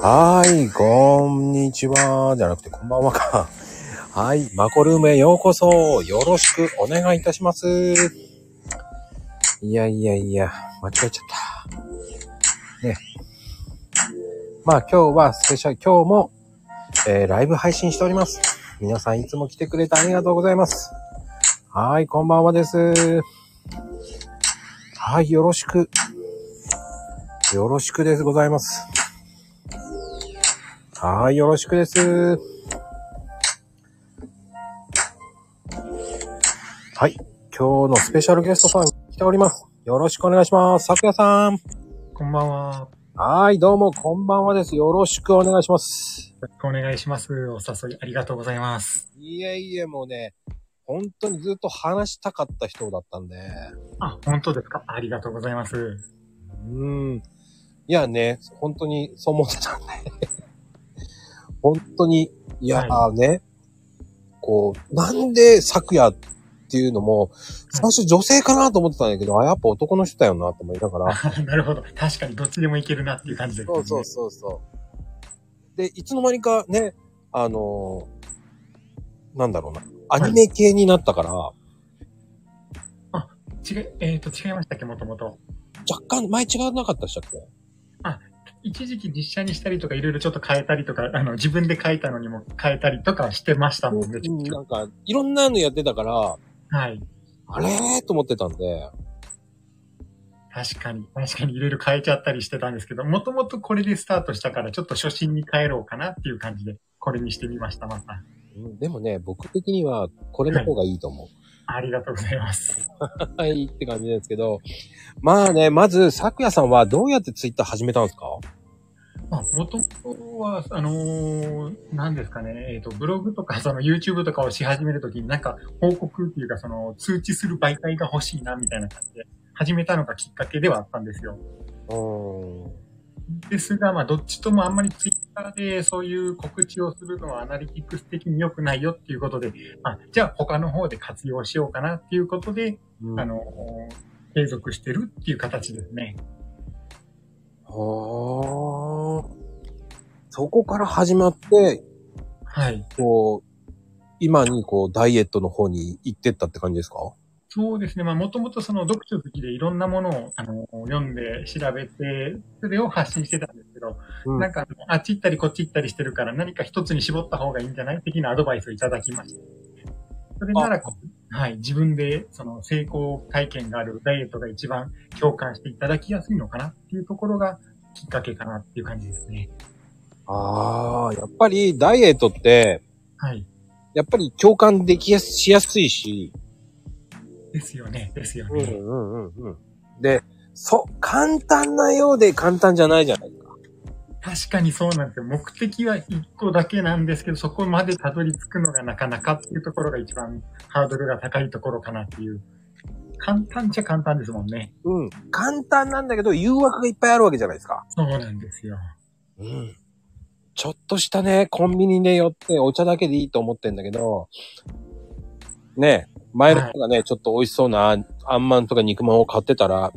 はーい、こんにちは。じゃなくて、こんばんはか。はい、マコルームへようこそ。よろしくお願いいたします。いやいやいや、間違えちゃった。ね。まあ今日はスペシャル、今日も、えーライブ配信しております。皆さんいつも来てくれてありがとうございます。はーい、こんばんはです。はい、よろしく。よろしくです、ございます。はーい、よろしくです。はい、今日のスペシャルゲストさん来ております。よろしくお願いします。さくやさん。こんばんは。はーい、どうも、こんばんはです。よろしくお願いします。よろしくお願いします。お誘いありがとうございます。いえいえ、もうね、本当にずっと話したかった人だったんで。あ、本当ですかありがとうございます。 うん。いやね、本当にそう思ってたんで。 本当に、いや、はね、こう、なんで昨夜っていうのも、最初女性かなと思ってたんだけど、あ、やっぱ男の人だよなと思いながら。なるほど。確かにどっちでもいけるなっていう感じです、ね。そうそうそうそう。で、いつの間にかね、あのーなんだろうな、アニメ系になったから、違い、えっ、と、違いましたっけもともと。若干、前違わなかったでしたっけ一時期実写にしたりとか、いろいろちょっと変えたりとか、あの、自分で書いたのにも変えたりとかしてましたもんね。うんなんか、いろんなのやってたから、はい。あれーと思ってたんで、確かに、確かにいろいろ変えちゃったりしてたんですけど、もともとこれでスタートしたから、ちょっと初心に帰ろうかなっていう感じで、これにしてみました、また。うんでもね、僕的にはこれの方がいいと思ありがとうございます。う。はい、って感じですけど。まあね、まず、さくやさんはどうやってツイッター始めたんですかまあ、元々は、あのー、何ですかね、えっ、と、ブログとか、その YouTube とかをし始めるときに、なんか、報告っていうか、その、通知する媒体が欲しいな、みたいな感じで、始めたのがきっかけではあったんですよ。うーん。ですが、まあ、どっちともあんまり Twitter で、そういう告知をするのはアナリティクス的に良くないよっていうことで、あ、じゃあ他の方で活用しようかなっていうことで、うんあのー、継続してるっていう形ですね。はーそこから始まって、はい。こう、今にこう、ダイエットの方に行ってったって感じですかそうですね。まあ、もともとその読書好きでいろんなものを、あの、読んで調べて、それを発信してたんですけど、うんなんか、あっち行ったりこっち行ったりしてるから何か一つに絞った方がいいんじゃない的なアドバイスをいただきました。それならこう、はい、自分でその成功体験があるダイエットが一番共感していただきやすいのかなっていうところがきっかけかなっていう感じですね。ああ、やっぱりダイエットって、はい。やっぱり共感できやすしやすいし、ですよね。ですようんね。うんうんうん。で、そ、簡単なようで簡単じゃないじゃないか。確かにそうなんですよ。目的は一個だけなんですけど、そこまでたどり着くのがなかなかっていうところが一番ハードルが高いところかなっていう。簡単っちゃ簡単ですもんね。うん。簡単なんだけど、誘惑がいっぱいあるわけじゃないですか。そうなんですよ。うん。ちょっとしたね、コンビニで寄ってお茶だけでいいと思ってんだけど、ねえ、前の人がね、ちょっと美味しそうなあんあんまんとか肉まんを買ってたら、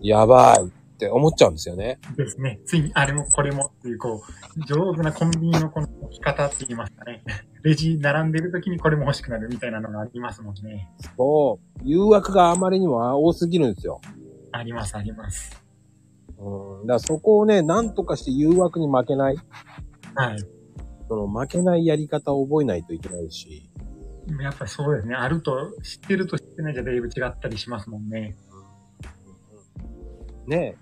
やばいって思っちゃうんですよね。ですね。ついにあれもこれもっていう、こう、上手なコンビニのこの置き方って言いますかね。 レジ並んでる時にこれも欲しくなるみたいなのがありますもんね。そう、誘惑があまりにも多すぎるんですよ。あります、あります。うん。だからそこをね、なんとかして誘惑に負けない。はい。その負けないやり方を覚えないといけないし。やっぱそうですね。あると、知ってると知ってないじゃだいぶ違ったりしますもんね。ね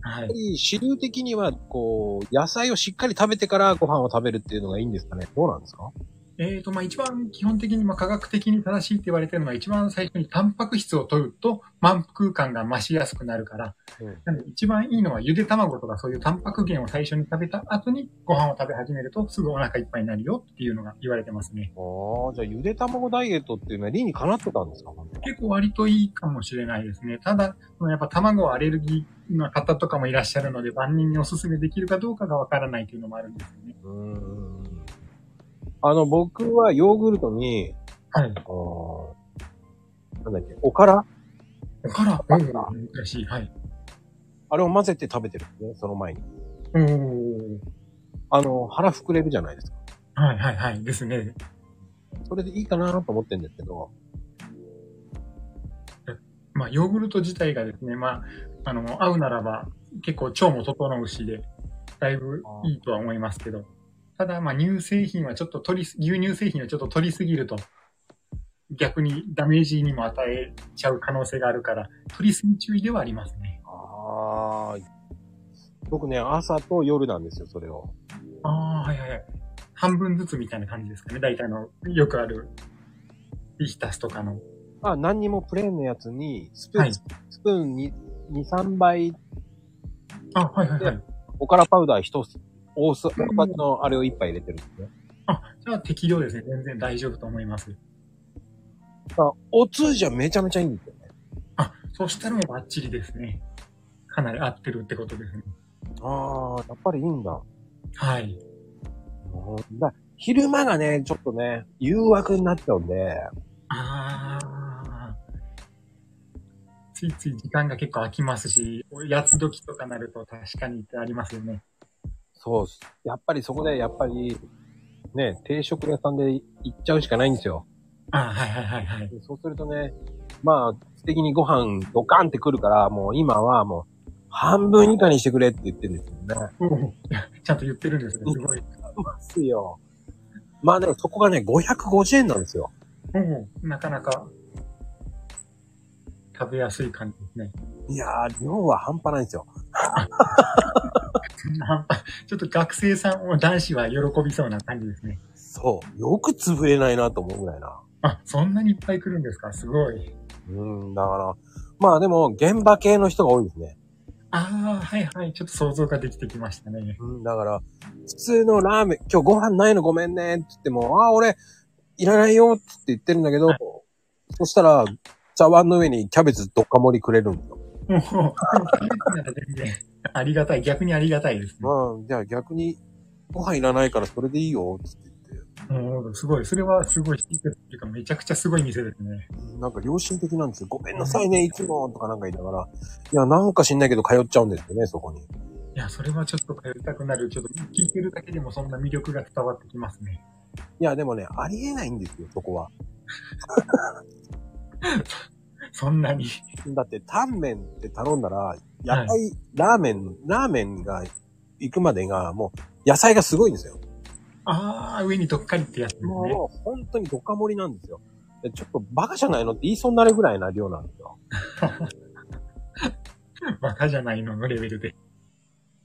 え。はやっいぱ。り主流的には、こう、野菜をしっかり食べてからご飯を食べるっていうのがいいんですかねどうなんですかえーとまあ、一番基本的に、まあ、科学的に正しいって言われてるのは一番最初にタンパク質を取ると満腹感が増しやすくなるから、うんなので一番いいのはゆで卵とかそういうタンパク源を最初に食べた後にご飯を食べ始めるとすぐお腹いっぱいになるよっていうのが言われてますね。ああ、じゃあ、ゆで卵ダイエットっていうのは理にかなってたんですか結構割といいかもしれないですね。ただ、そのやっぱ卵はアレルギーの方とかもいらっしゃるので万人におすすめできるかどうかがわからないというのもあるんですよね。うん。あの、僕はヨーグルトに、はあい。ーなんだっけ、おからだから、あ難しい。はい。あれを混ぜて食べてるんですね、その前に。おーあの、腹膨れるじゃないですか。はいはいはい。ですね。それでいいかなと思ってんですけど、まあ、ヨーグルト自体がですね、まあ、あの、合うならば、結構腸も整うしで、だいぶいいとは思いますけど、ただ、まあ、乳製品はちょっと取りす、牛乳製品はちょっと取りすぎると、逆にダメージにも与えちゃう可能性があるから、取りすぎ注意ではありますね。ああ、僕ね、朝と夜なんですよ、それを。ああ、はいはいはい。半分ずつみたいな感じですかね。大体の、よくある、リヒタスとかの。まあ、何にもプレーンのやつに、スプーン、はいスプーンに2、3倍、あ、はいはいはい。おからパウダー1つ、大す、大さじのあれを1杯入れてるんですね。あ、じゃあ適量ですね。全然大丈夫と思います。まあ、お通じはめちゃめちゃいいんですよね。あ、そしたらもうバッチリですね。かなり合ってるってことですね。ああ、やっぱりいいんだ。はい。うんだ昼間がね、ちょっとね、誘惑になっちゃうんで、ああ。ついつい時間が結構空きますし、やつ時とかなると確かにってありますよね。そうっす。やっぱりそこで、やっぱり、ね、定食屋さんで行っちゃうしかないんですよ。ああ、はいはいはいはい。でそうするとね、まあ、素敵にご飯ドカンってくるから、もう今はもう、半分以下にしてくれって言ってるんですよね。うんちゃんと言ってるんですね。すごい。ますよ。まあでもそこがね、550円なんですよ。うんなかなか食べやすい感じですね。いやー、量は半端ないんですよ。そんな半端ちょっと学生さんも男子は喜びそうな感じですね。そう。よく潰れないなと思うぐらいな。あ、そんなにいっぱい来るんですかすごい。うん、だから、まあでも、現場系の人が多いですね。ああ、はいはい。ちょっと想像ができてきましたね。うん、だから、普通のラーメン、今日ご飯ないのごめんねって言っても、ああ、俺、いらないよって言ってるんだけど、そしたら、茶碗の上にキャベツどっか盛りくれるんですよ。もう、でも食べる なら全然ありがたい。逆にありがたいですね。うん、じゃあ逆に、ご飯いらないからそれでいいよって言って。うん、すごい。それはすごい。っていうか、めちゃくちゃすごい店ですね。なんか良心的なんですよ。ごめんなさいね、いつもとかなんか言いながら。いや、なんか知んないけど通っちゃうんですよね、そこに。いや、それはちょっと通いたくなる。ちょっと聞いてるだけでもそんな魅力が伝わってきますね。いや、でもね、ありえないんですよ、そこは。そんなに。だって、タンメンって頼んだら、野菜、ラーメン、ラーメンが行くまでが、もう、野菜がすごいんですよ。ああ、上にどっかりってやつですね。もう、本当にドカ盛りなんですよ。でちょっとバカじゃないのって言いそうになるぐらいな量なんですよ。バカじゃないののレベルで。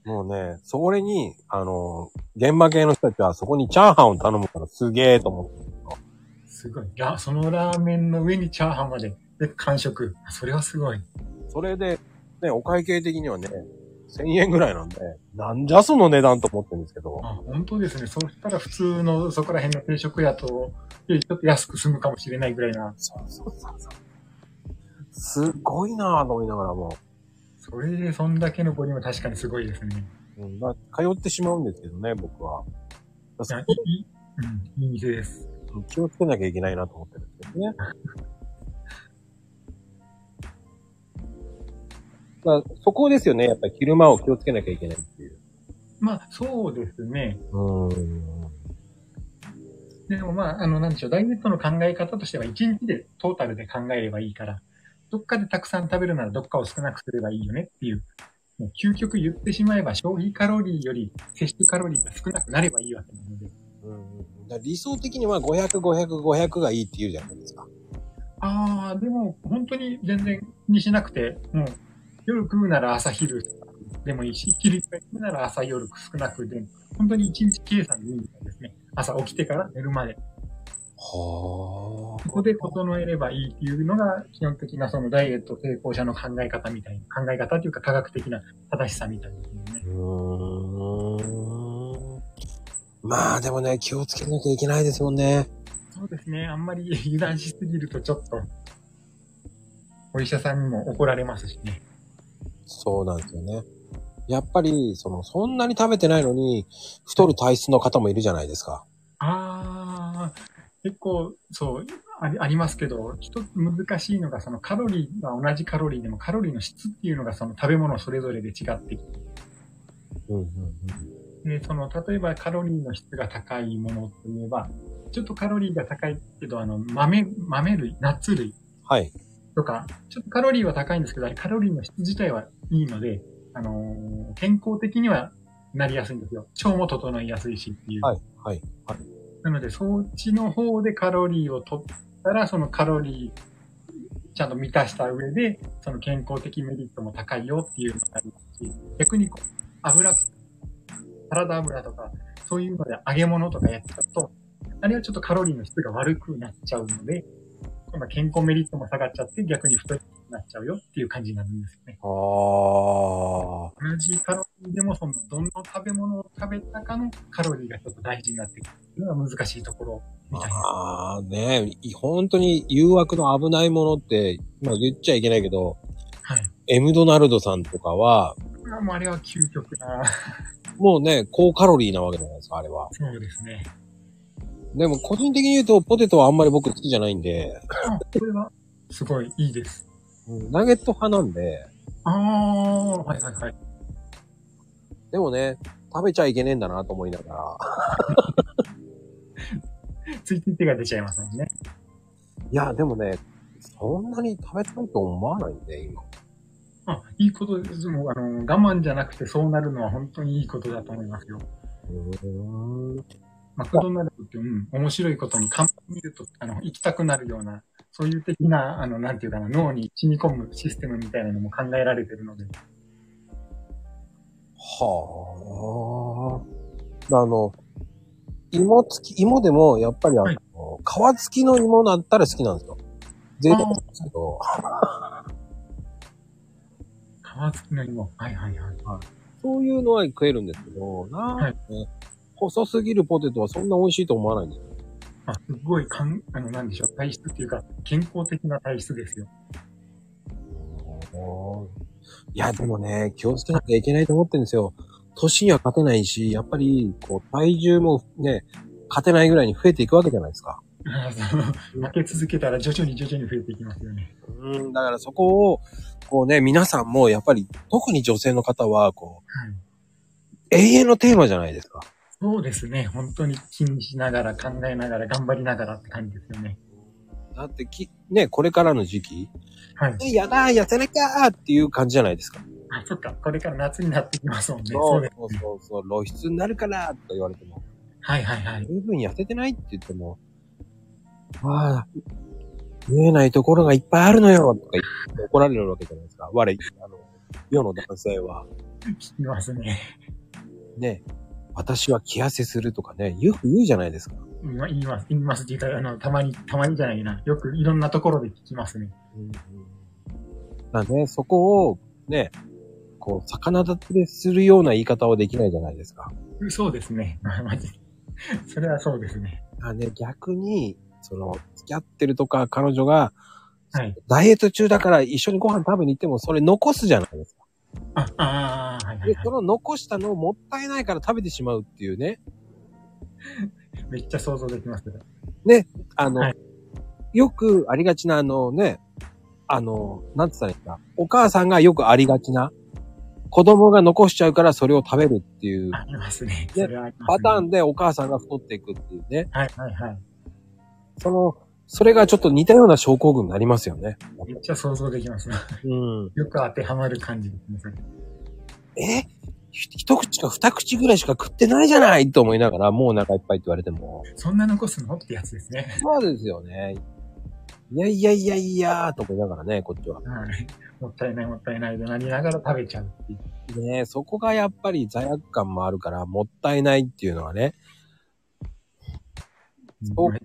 もうね、それに、あの、現場系の人たちはそこにチャーハンを頼むからすげえと思って。すごい。いや、そのラーメンの上にチャーハンまで。で、完食。それはすごい。それで、ね、お会計的にはね、1000円ぐらいなんで、なんじゃその値段と思ってるんですけど、あ、本当ですね。そうしたら普通のそこら辺の定食屋と、よりちょっと安く済むかもしれないぐらいな。そうそうそうそう。すごいなぁと思いながらも、それでそんだけのボリューム確かにすごいですね。うんまあ、通ってしまうんですけどね、僕は。だいかや、らいい、うん、いい店です。そこ気をつけなきゃいけないなと思ってるんですけどね。 まあ、そこですよね、やっぱり昼間を気をつけなきゃいけないっていう。まあ、そうですね。うん。でもまあ、あの、なんでしょう。ダイエットの考え方としては、1日でトータルで考えればいいから、どっかでたくさん食べるならどっかを少なくすればいいよねっていう。もう究極言ってしまえば、消費カロリーより摂取カロリーが少なくなればいいわけなので。だから理想的には500、500、500がいいって言うじゃないですか。ああ、でも本当に全然気にしなくて、もう夜食うなら朝昼でもいいし、昼いっぱい食うなら朝夜少なくでも、本当に一日計算でいいみたいですね。朝起きてから寝るまで。はあ。そこで整えればいいっていうのが基本的なそのダイエット成功者の考え方みたいな、考え方というか科学的な正しさみたいですね。うーんまあでもね、気をつけなきゃいけないですもんね。そうですね。あんまり油断しすぎるとちょっと、お医者さんにも怒られますしね。そうなんですよね。やっぱり、その、そんなに食べてないのに、太る体質の方もいるじゃないですか。ああ、結構、そう、ありありますけど、一つ難しいのが、そのカロリーは同じカロリーでも、カロリーの質っていうのが、その食べ物それぞれで違ってきて、うんうんで、その、例えばカロリーの質が高いものといえば、ちょっとカロリーが高いけど、あの、豆、豆類、ナッツ類はい。とか、ちょっとカロリーは高いんですけど、あれカロリーの質自体はいいので、あのー健康的にはなりやすいんですよ。腸も整いやすいしっていう。はい。はい。はい。なので、そっちの方でカロリーを取ったら、そのカロリー、ちゃんと満たした上で、その健康的メリットも高いよっていうのがありますし、逆にこう油、サラダ油とか、そういうので揚げ物とかやっちゃうと、あれはちょっとカロリーの質が悪くなっちゃうので、今度は健康メリットも下がっちゃって、逆に太くなっちゃうよっていう感じになるんですよね。あー。同じカロリーでも、その、どの食べ物を食べたかのカロリーがちょっと大事になってくるっていうのは難しいところみたいな。ああ、ねえ、本当に誘惑の危ないものって、まあ言っちゃいけないけど、はい。エムドナルドさんとかは、もうあれは究極な。もうね、高カロリーなわけじゃないですか、あれは。そうですね。でも個人的に言うと、ポテトはあんまり僕好きじゃないんで、あこれは、すごいいいです。ナゲット派なんで、ああ、はいはいはい。でもね、食べちゃいけねえんだなと思いながら、ついつい手が出ちゃいますもんね。いや、でもね、そんなに食べたいと思わないんで、今。あ、いいことです。もう、あの、我慢じゃなくてそうなるのは本当にいいことだと思いますよ。うん。マクドナルドって、うん、面白いことに看板見ると、あの、行きたくなるような、そういう的な、あの、なんていうかな、脳に染み込むシステムみたいなのも考えられてるので。はあ。あの、芋付き、芋でも、やっぱりあの、はい皮付きの芋だったら好きなんですよ。贅沢なんですけど、皮付きの芋。はいはいはい。そういうのは食えるんですけど、なんかね、細すぎるポテトはそんな美味しいと思わないんですよ。まあ、すごいかん、あの、なんでしょう、体質っていうか、健康的な体質ですよ。いや、でもね、気をつけなきゃいけないと思ってるんですよ。年には勝てないし、やっぱり、こう、体重もね、勝てないぐらいに増えていくわけじゃないですか。 あの負け続けたら徐々に徐々に増えていきますよね。うん、だからそこを、こうね、皆さんもやっぱり、特に女性の方は、こはい。う、永遠のテーマじゃないですか。そうですね。本当に気にしながら考えながら頑張りながらって感じですよね。だってき、ね、これからの時期、はい。えやだー、痩せなきゃーっていう感じじゃないですか。あ、そっか。これから夏になってきますもんね。そうです。そうそうそう、露出になるからーとか言われても、はいはいはい。十分痩せてないって言っても、ああ、見えないところがいっぱいあるのよとか言って怒られるわけじゃないですか。我、あの、世の男性は。聞きますね。ね、私は着痩せするとかね、よく言うじゃないですか。今言います。言いますっていうか、あの、たまに、たまにじゃないな。よくいろんなところで聞きますね。だね、そこを、ね、こう、魚立てするような言い方はできないじゃないですか。そうですね。 マジで。それはそうですね。あね、逆に、その、付き合ってるとか、彼女が、はい。ダイエット中だから一緒にご飯食べに行っても、それ残すじゃないですか。あ、ああ、はいはいで、はいそ。の残したのをもったいないから食べてしまうっていうね、めっちゃ想像できます。あの、はいよくありがちな、あのね、あの、なんて言ったらいいんですか、お母さんがよくありがちな、子供が残しちゃうからそれを食べるっていうありますね。でそれはありまパすねターンでお母さんが太っていくっていうね。はいはいはい。その、それがちょっと似たような症候群になりますよね。めっちゃ想像できます。うん。よく当てはまる感じですねそれ。えひ一口か二口ぐらいしか食ってないじゃないと思いながら、もうお腹いっぱいって言われても。そんな残すのってやつですね。そうですよね。いやいやいやいやーと思いながらね、こっちは。はい。もったいないもったいないでなりながら食べちゃうっていう。ねそこがやっぱり罪悪感もあるから、もったいないっていうのはね。そう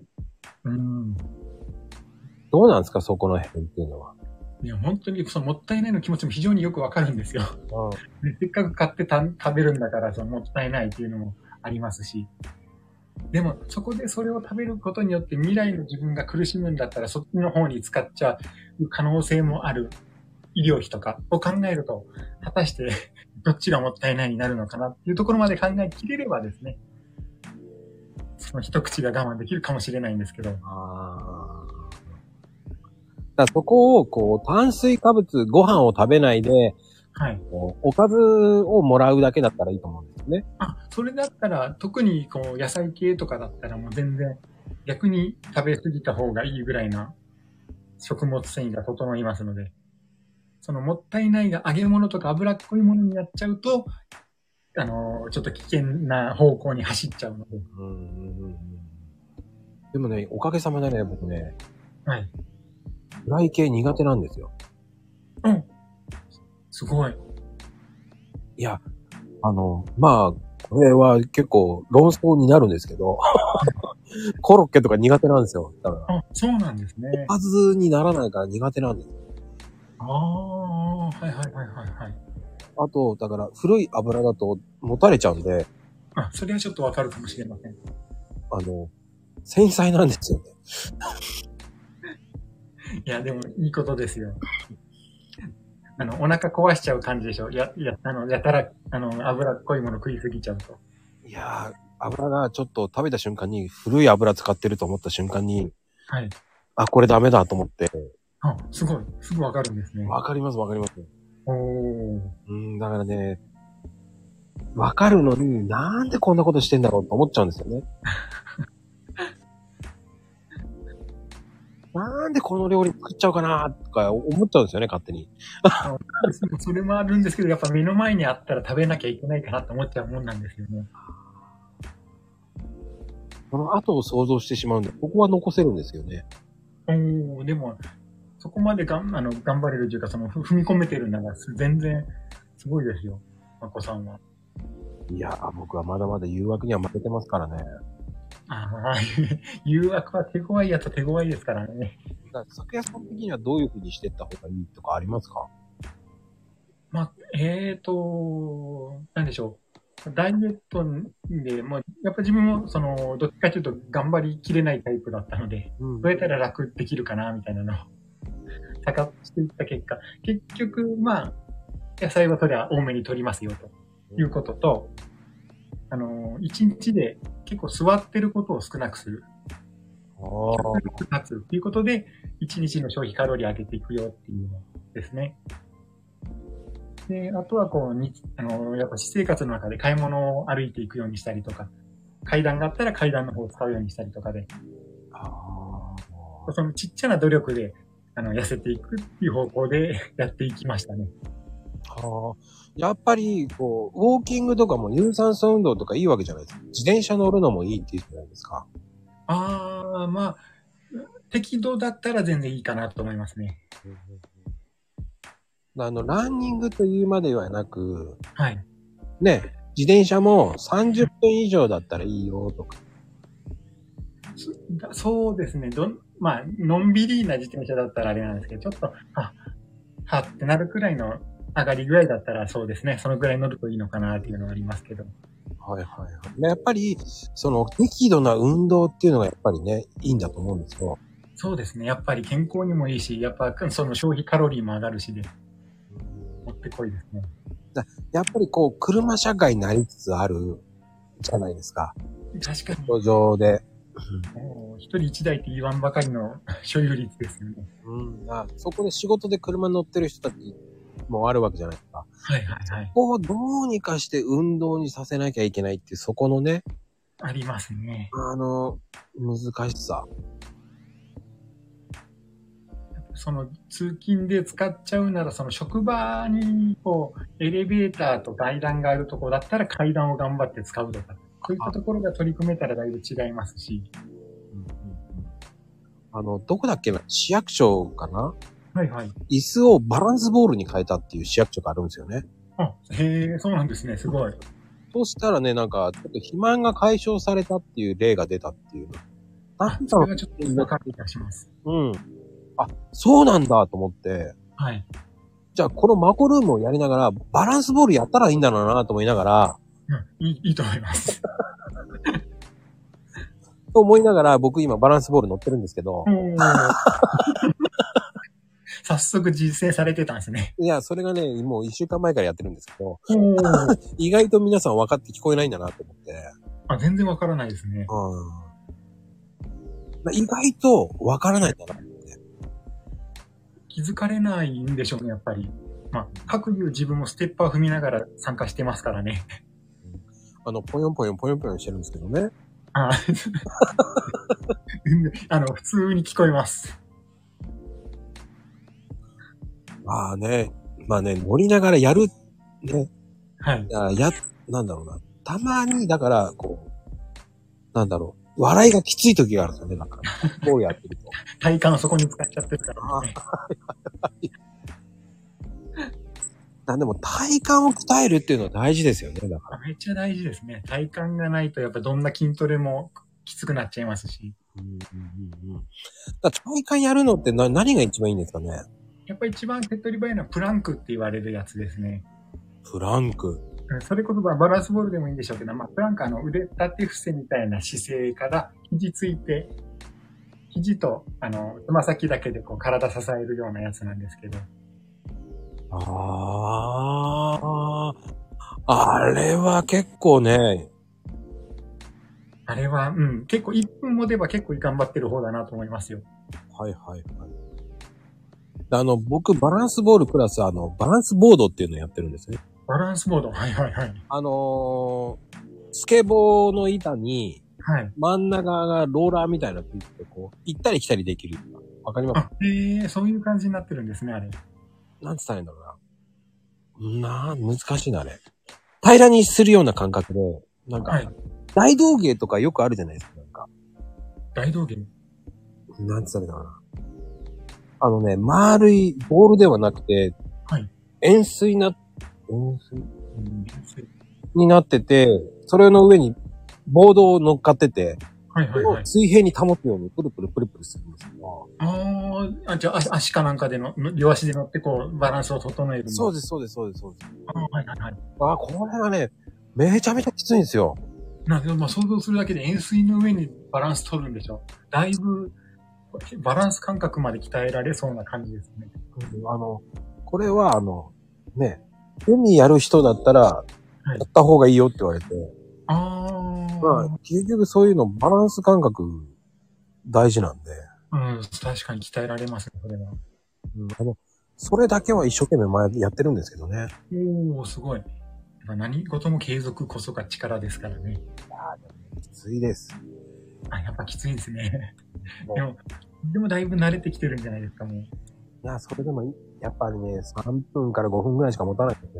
うん。どうなんですか、そこの辺っていうのは。いや、本当にそのもったいないの気持ちも非常によくわかるんですよ。でせっかく買ってた食べるんだから、そのもったいないっていうのもありますし。でも、そこでそれを食べることによって未来の自分が苦しむんだったら、そっちの方に使っちゃう可能性もある医療費とかを考えると、果たして どっちがもったいないになるのかなっていうところまで考えきれればですね、その一口が我慢できるかもしれないんですけど、ああ。だからそこを、こう、炭水化物、ご飯を食べないで、はい。こうおかずをもらうだけだったらいいと思うんですよね。あ、それだったら、特にこう、野菜系とかだったらもう全然、逆に食べ過ぎた方がいいぐらいな食物繊維が整いますので、そのもったいないが揚げ物とか脂っこいものにやっちゃうと、あのー、ちょっと危険な方向に走っちゃうので、でもね、おかげさまでね、僕ね、はい。フライ系苦手なんですよ。うん。すごい。いや、あの、まあ、これは結構論争になるんですけど、 コロッケとか苦手なんですよ。だから、あ、そうなんですねお。かずにならないから苦手なんですよ。ああ、はいはいはいはいはい。あと、だから、古い油だと持たれちゃうんで、あ、それはちょっとわかるかもしれません。あの、繊細なんですよね。いや、でもいいことですよ。あの、お腹壊しちゃう感じでしょ。や、や、あの、やたら、あの、脂っこいもの食いすぎちゃうと。いやー、油がちょっと食べた瞬間に、古い油使ってると思った瞬間に、はい。あ、これダメだと思って。あ、すごい。すぐわかるんですね。わかります、わかります。おー。うん、だからね、わかるのに、なんでこんなことしてんだろうと思っちゃうんですよね。なんでこの料理作っちゃうかなとか思っちゃうんですよね、勝手に。それもあるんですけど、やっぱ目の前にあったら食べなきゃいけないかなと思っちゃうもんなんですよね。その後を想像してしまうんで、ここは残せるんですよね。おー、でも、そこまでがん、あの、頑張れるというか、その、ふ踏み込めてるなら、す全然、すごいですよ。まこさんは。いやー、僕はまだまだ誘惑には負けてますからね。ああ、 誘惑は手強いやつは手強いですからね。だから酒屋さん的にはどういう風にしてった方がいいとかありますかまあ、えーと、なんでしょう。ダイエットで、もうやっぱ自分も、その、どっちかというと頑張りきれないタイプだったので、うんどうやったら楽できるかな、みたいなのを、高くしていった結果、結局、まあ、野菜はそりゃ多めに取りますよ、ということと、あの、一日で結構座ってることを少なくする。ああ。立つっていうことで、一日の消費カロリー上げていくよっていうのですね。で、あとはこう、にあの、やっぱ私生活の中で買い物を歩いていくようにしたりとか、階段があったら階段の方を使うようにしたりとかで、あそのちっちゃな努力で、あの、痩せていくっていう方向で やっていきましたね。あ。やっぱり、こう、ウォーキングとかも有酸素運動とかいいわけじゃないですか。自転車乗るのもいいって言うじゃないですか。あー、まあ、適度だったら全然いいかなと思いますね。あの、ランニングというまではなく、はい。ね、自転車も30分以上だったらいいよとか。そそうですね。どん、まあ、のんびりな自転車だったらあれなんですけど、ちょっと、あ、はってなるくらいの上がり具合だったらそうですね。そのくらい乗るといいのかなっていうのはありますけど。はいはいはい。やっぱり、その、適度な運動っていうのがやっぱりね、いいんだと思うんですよ。そうですね。やっぱり健康にもいいし、やっぱその消費カロリーも上がるしで、持ってこいですね。やっぱりこう、車社会になりつつあるじゃないですか。確かに、路上で。もう一人一台って言わんばかりの 所有率ですよね。うん、あそこで仕事で車乗ってる人たちもあるわけじゃないですか。はいはいはい。ここをどうにかして運動にさせなきゃいけないっていう、そこのね、ありますね。あの、難しさ。その通勤で使っちゃうなら、その職場に、こう、エレベーターと階段があるとこだったら階段を頑張って使うとか、そういったところが取り組めたらだいぶ違いますし。あの、どこだっけな市役所かなはいはい。椅子をバランスボールに変えたっていう市役所があるんですよね。あ、へえ、そうなんですね。すごい。そうしたらね、なんか、ちょっと肥満が解消されたっていう例が出たっていうの。なあ、んだそろれはちょっとわかる気がします。う、うん。あ、そうなんだと思って、 はい。じゃあこのマコルームをやりながら、バランスボールやったらいいんだろうなと思いながら、うん、いい、いいと思います。と思いながら、僕今バランスボール乗ってるんですけど、おー早速実践されてたんですね。いや、それがね、もう一週間前からやってるんですけど、おー意外と皆さん分かって聞こえないんだなと思って。あ、全然わからないですね。うん。意外と分からないんだな。気づかれないんでしょうね、やっぱり。まあ、各いう自分もステッパー踏みながら参加してますからね。あの、ぽよんぽよんぽよんぽよんしてるんですけどね。あ ーあの、普通に聞こえます。まあね、まあね、乗りながらやる、ね、はい。あや、なんだろうな。たまに、だから、こう、なんだろう。笑いがきつい時があるんですよね、だから。こうやってると。 体幹そこに使っちゃってるから、ね。なんでも体幹を鍛えるっていうのは大事ですよね、だから。めっちゃ大事ですね。体幹がないと、やっぱどんな筋トレもきつくなっちゃいますし。だから体幹やるのってな何が一番いいんですかねやっぱ一番手っ取り早いのはプランクって言われるやつですね。プランク。うんそれこそまあバランスボールでもいいんでしょうけど、まあ、プランクはあの腕立て伏せみたいな姿勢から肘ついて、肘とあのつま先だけでこう体支えるようなやつなんですけど、ああ。あれは結構ね、あれは、うん、結構1分も出ば結構頑張ってる方だなと思いますよ。はいはいはい。あの、僕、バランスボールプラス、あの、バランスボードっていうのやってるんですね。バランスボード。はいはいはい。あのースケボーの板に、はい。真ん中がローラーみたいなついてて、こう、行ったり来たりできる。わかりますあ、えー、そういう感じになってるんですね、あれ。なんつったらいいんだろうな。なあ、難しいな、あれ。平らにするような感覚で、なんはいか、。大道芸とかよくあるじゃないですか、なんか。大道芸。なんつったらいいんだろうな。あのね、丸いボールではなくて、はい円錐な、円錐になってて、それの上にボードを乗っかってて、はいそはいれをはい。水平に保つようにプルプルプルプルするんですよ。あーあ、じゃあ足足かなんかでの、両足で乗ってこう、バランスを整える。そうでです。す、そうです、そうです、そうです。あーはいはいはい。あ、これがね、めちゃめちゃきついんですよ。なんかでもまあ想像するだけで円錐の上にバランス取るんでしょ。だいぶ、バランス感覚まで鍛えられそうな感じですね。あの、これはあの、ね、海やる人だったら、やった方がいいよって言われて、ああ、まあ、結局そういうのバランス感覚大事なんで、うん、確かに鍛えられますね、それは。うんあの、それだけは一生懸命前やってるんですけどね。おおすごい。やっぱ何事も継続こそが力ですからね。きついです。あ、やっぱきついですね。もうでも、でもだいぶ慣れてきてるんじゃないですか、もう。いや、それでもいやっぱりね、3分から5分ぐらいしか持たないですね。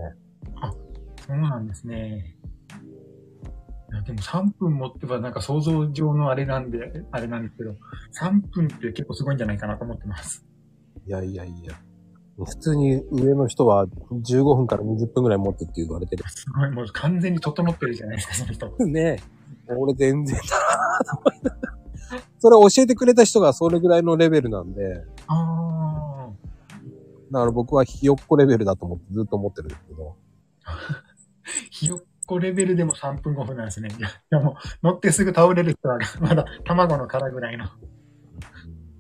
そうなんですね。いやでも3分持ってばなんか想像上のあれなんで、あれなんですけど、3分って結構すごいんじゃないかなと思ってます。いやいやいや。普通に上の人は15分から20分ぐらい持ってって言われてる。すごい、もう完全に整ってるじゃないですか、その人。ね俺全然だなぁと思いながら。それを教えてくれた人がそれぐらいのレベルなんで、ああ。だから僕はひよっこレベルだと思ってずっと思ってるんですけど。ひよっこレベルでも3分5分なんですね。いや、いやもう乗ってすぐ倒れる人はまだ卵の殻ぐらいの。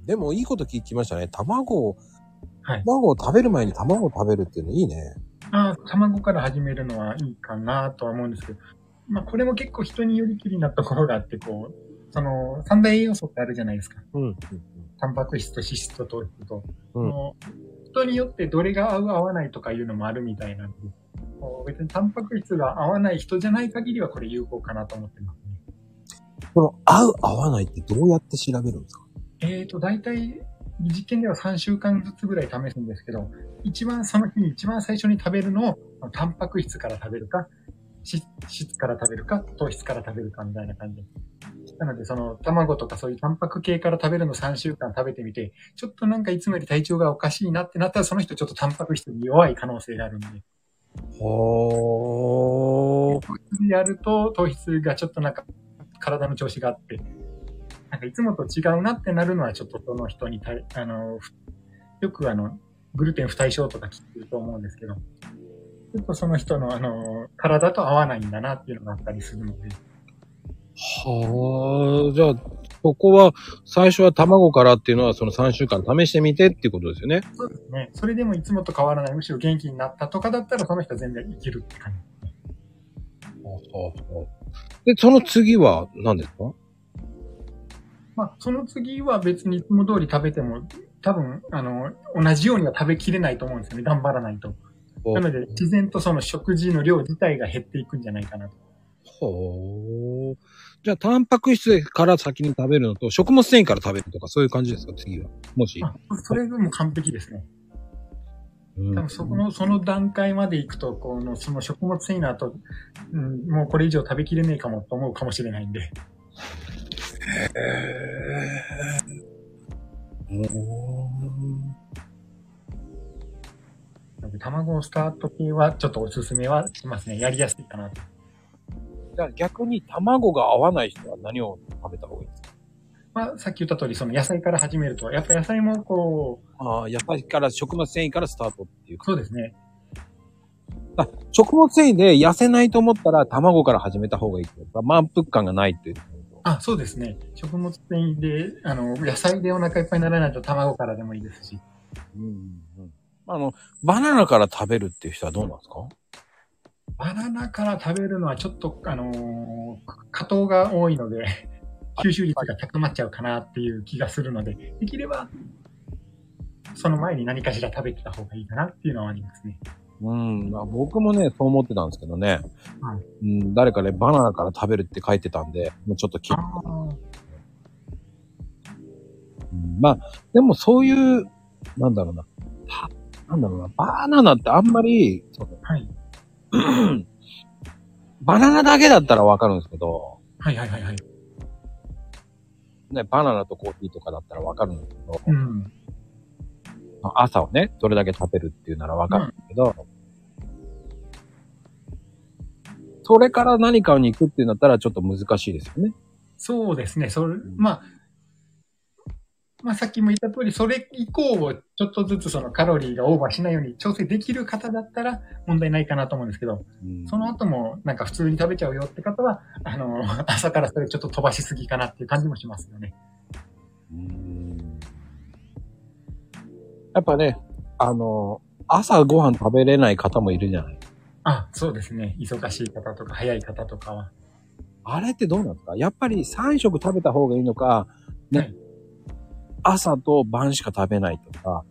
でもいいこと聞きましたね。卵を、はい卵を食べる前に卵を食べるっていうのいいね。ああ、卵から始めるのはいいかなとは思うんですけど、まあこれも結構人によりきりなところがあって、こう、その三大栄養素ってあるじゃないですか。うん。タンパク質と脂質と糖質と。うんその人によってどれが合う合わないとかいうのもあるみたいなんで、こう別にタンパク質が合わない人じゃない限りはこれ有効かなと思ってますね。この合う合わないってどうやって調べるんですかえーと、大体、実験では3週間ずつぐらい試すんですけど、一番その日に一番最初に食べるのを、タンパク質から食べるか、脂脂質から食べるか、糖質から食べるかみたいな感じです。なので、その、卵とかそういうタンパク系から食べるの3週間食べてみて、ちょっとなんかいつもより体調がおかしいなってなったら、その人ちょっとタンパク質に弱い可能性があるんで、ほー。やると糖質がちょっとなんか体の調子があって、なんかいつもと違うなってなるのはちょっとその人にたい、あの、ふよくあの、グルテン不対症とか聞くと思うんですけど、ちょっとその人のあの、体と合わないんだなっていうのがあったりするので、はー。じゃあ、ここは、最初は卵からっていうのはその3週間試してみてっていうことですよね。そうですね。それでもいつもと変わらない、むしろ元気になったとかだったらその人は全然いけるって感じ。で、その次は何ですかまあ、その次は別にいつも通り食べても、多分、あの、同じようには食べきれないと思うんですよね。頑張らないと。ほなうので、自然とその食事の量自体が減っていくんじゃないかなと。ほう。じゃあ、タンパク質から先に食べるのと、食物繊維から食べるとか、そういう感じですか、次は。もし。あ、それでも完璧ですね。うん多分そこの、その段階まで行くと、この、その食物繊維の後、うん、もうこれ以上食べきれねえかもと思うかもしれないんで。へーうんなので卵スタート系はちょっとおすすめはしますね。やりやすいかなと。じゃあ逆に卵が合わない人は何を食べた方がいいですかまあ、さっき言った通り、その野菜から始めると、やっぱ野菜もこう、ああ、野菜から食物繊維からスタートっていうか。そうですね。食物繊維で痩せないと思ったら卵から始めた方がいいっていうか、満腹感がないっていう。あ、そうですね。食物繊維で、あの、野菜でお腹いっぱいにならないと卵からでもいいですし。うんうん、あの、バナナから食べるっていう人はどうなんですかバナナから食べるのはちょっと、あのー加糖が多いので、吸収率が高まっちゃうかなっていう気がするので、できれば、その前に何かしら食べてた方がいいかなっていうのはありますね。うん、まあ、僕もね、そう思ってたんですけどね。はうん、誰かね、バナナから食べるって書いてたんで、もうちょっと聞いてうんまあ、でもそういう、なんだろうな、たなんだろうな、バナナってあんまり、そのはい。 バナナだけだったらわかるんですけど、はいはいはいはい。ね、バナナとコーヒーとかだったらわかるんですけど、うん。朝をね、どれだけ食べるっていうならわかるんですけど、それから何かに行くっていうんだったらちょっと難しいですよね。そうですね。それ、んまあ、まあさっきも言った通り、それ以降をちょっとずつそのカロリーがオーバーしないように調整できる方だったら問題ないかなと思うんですけど、うんその後もなんか普通に食べちゃうよって方は、あの、 朝からそれちょっと飛ばしすぎかなっていう感じもしますよね。うんやっぱね、あの、朝ご飯食べれない方もいるじゃない。あ、そうですね。忙しい方とか早い方とかは。あれってどうなんですかやっぱり3食食べた方がいいのか、ね、はい朝と晩しか食べないとか、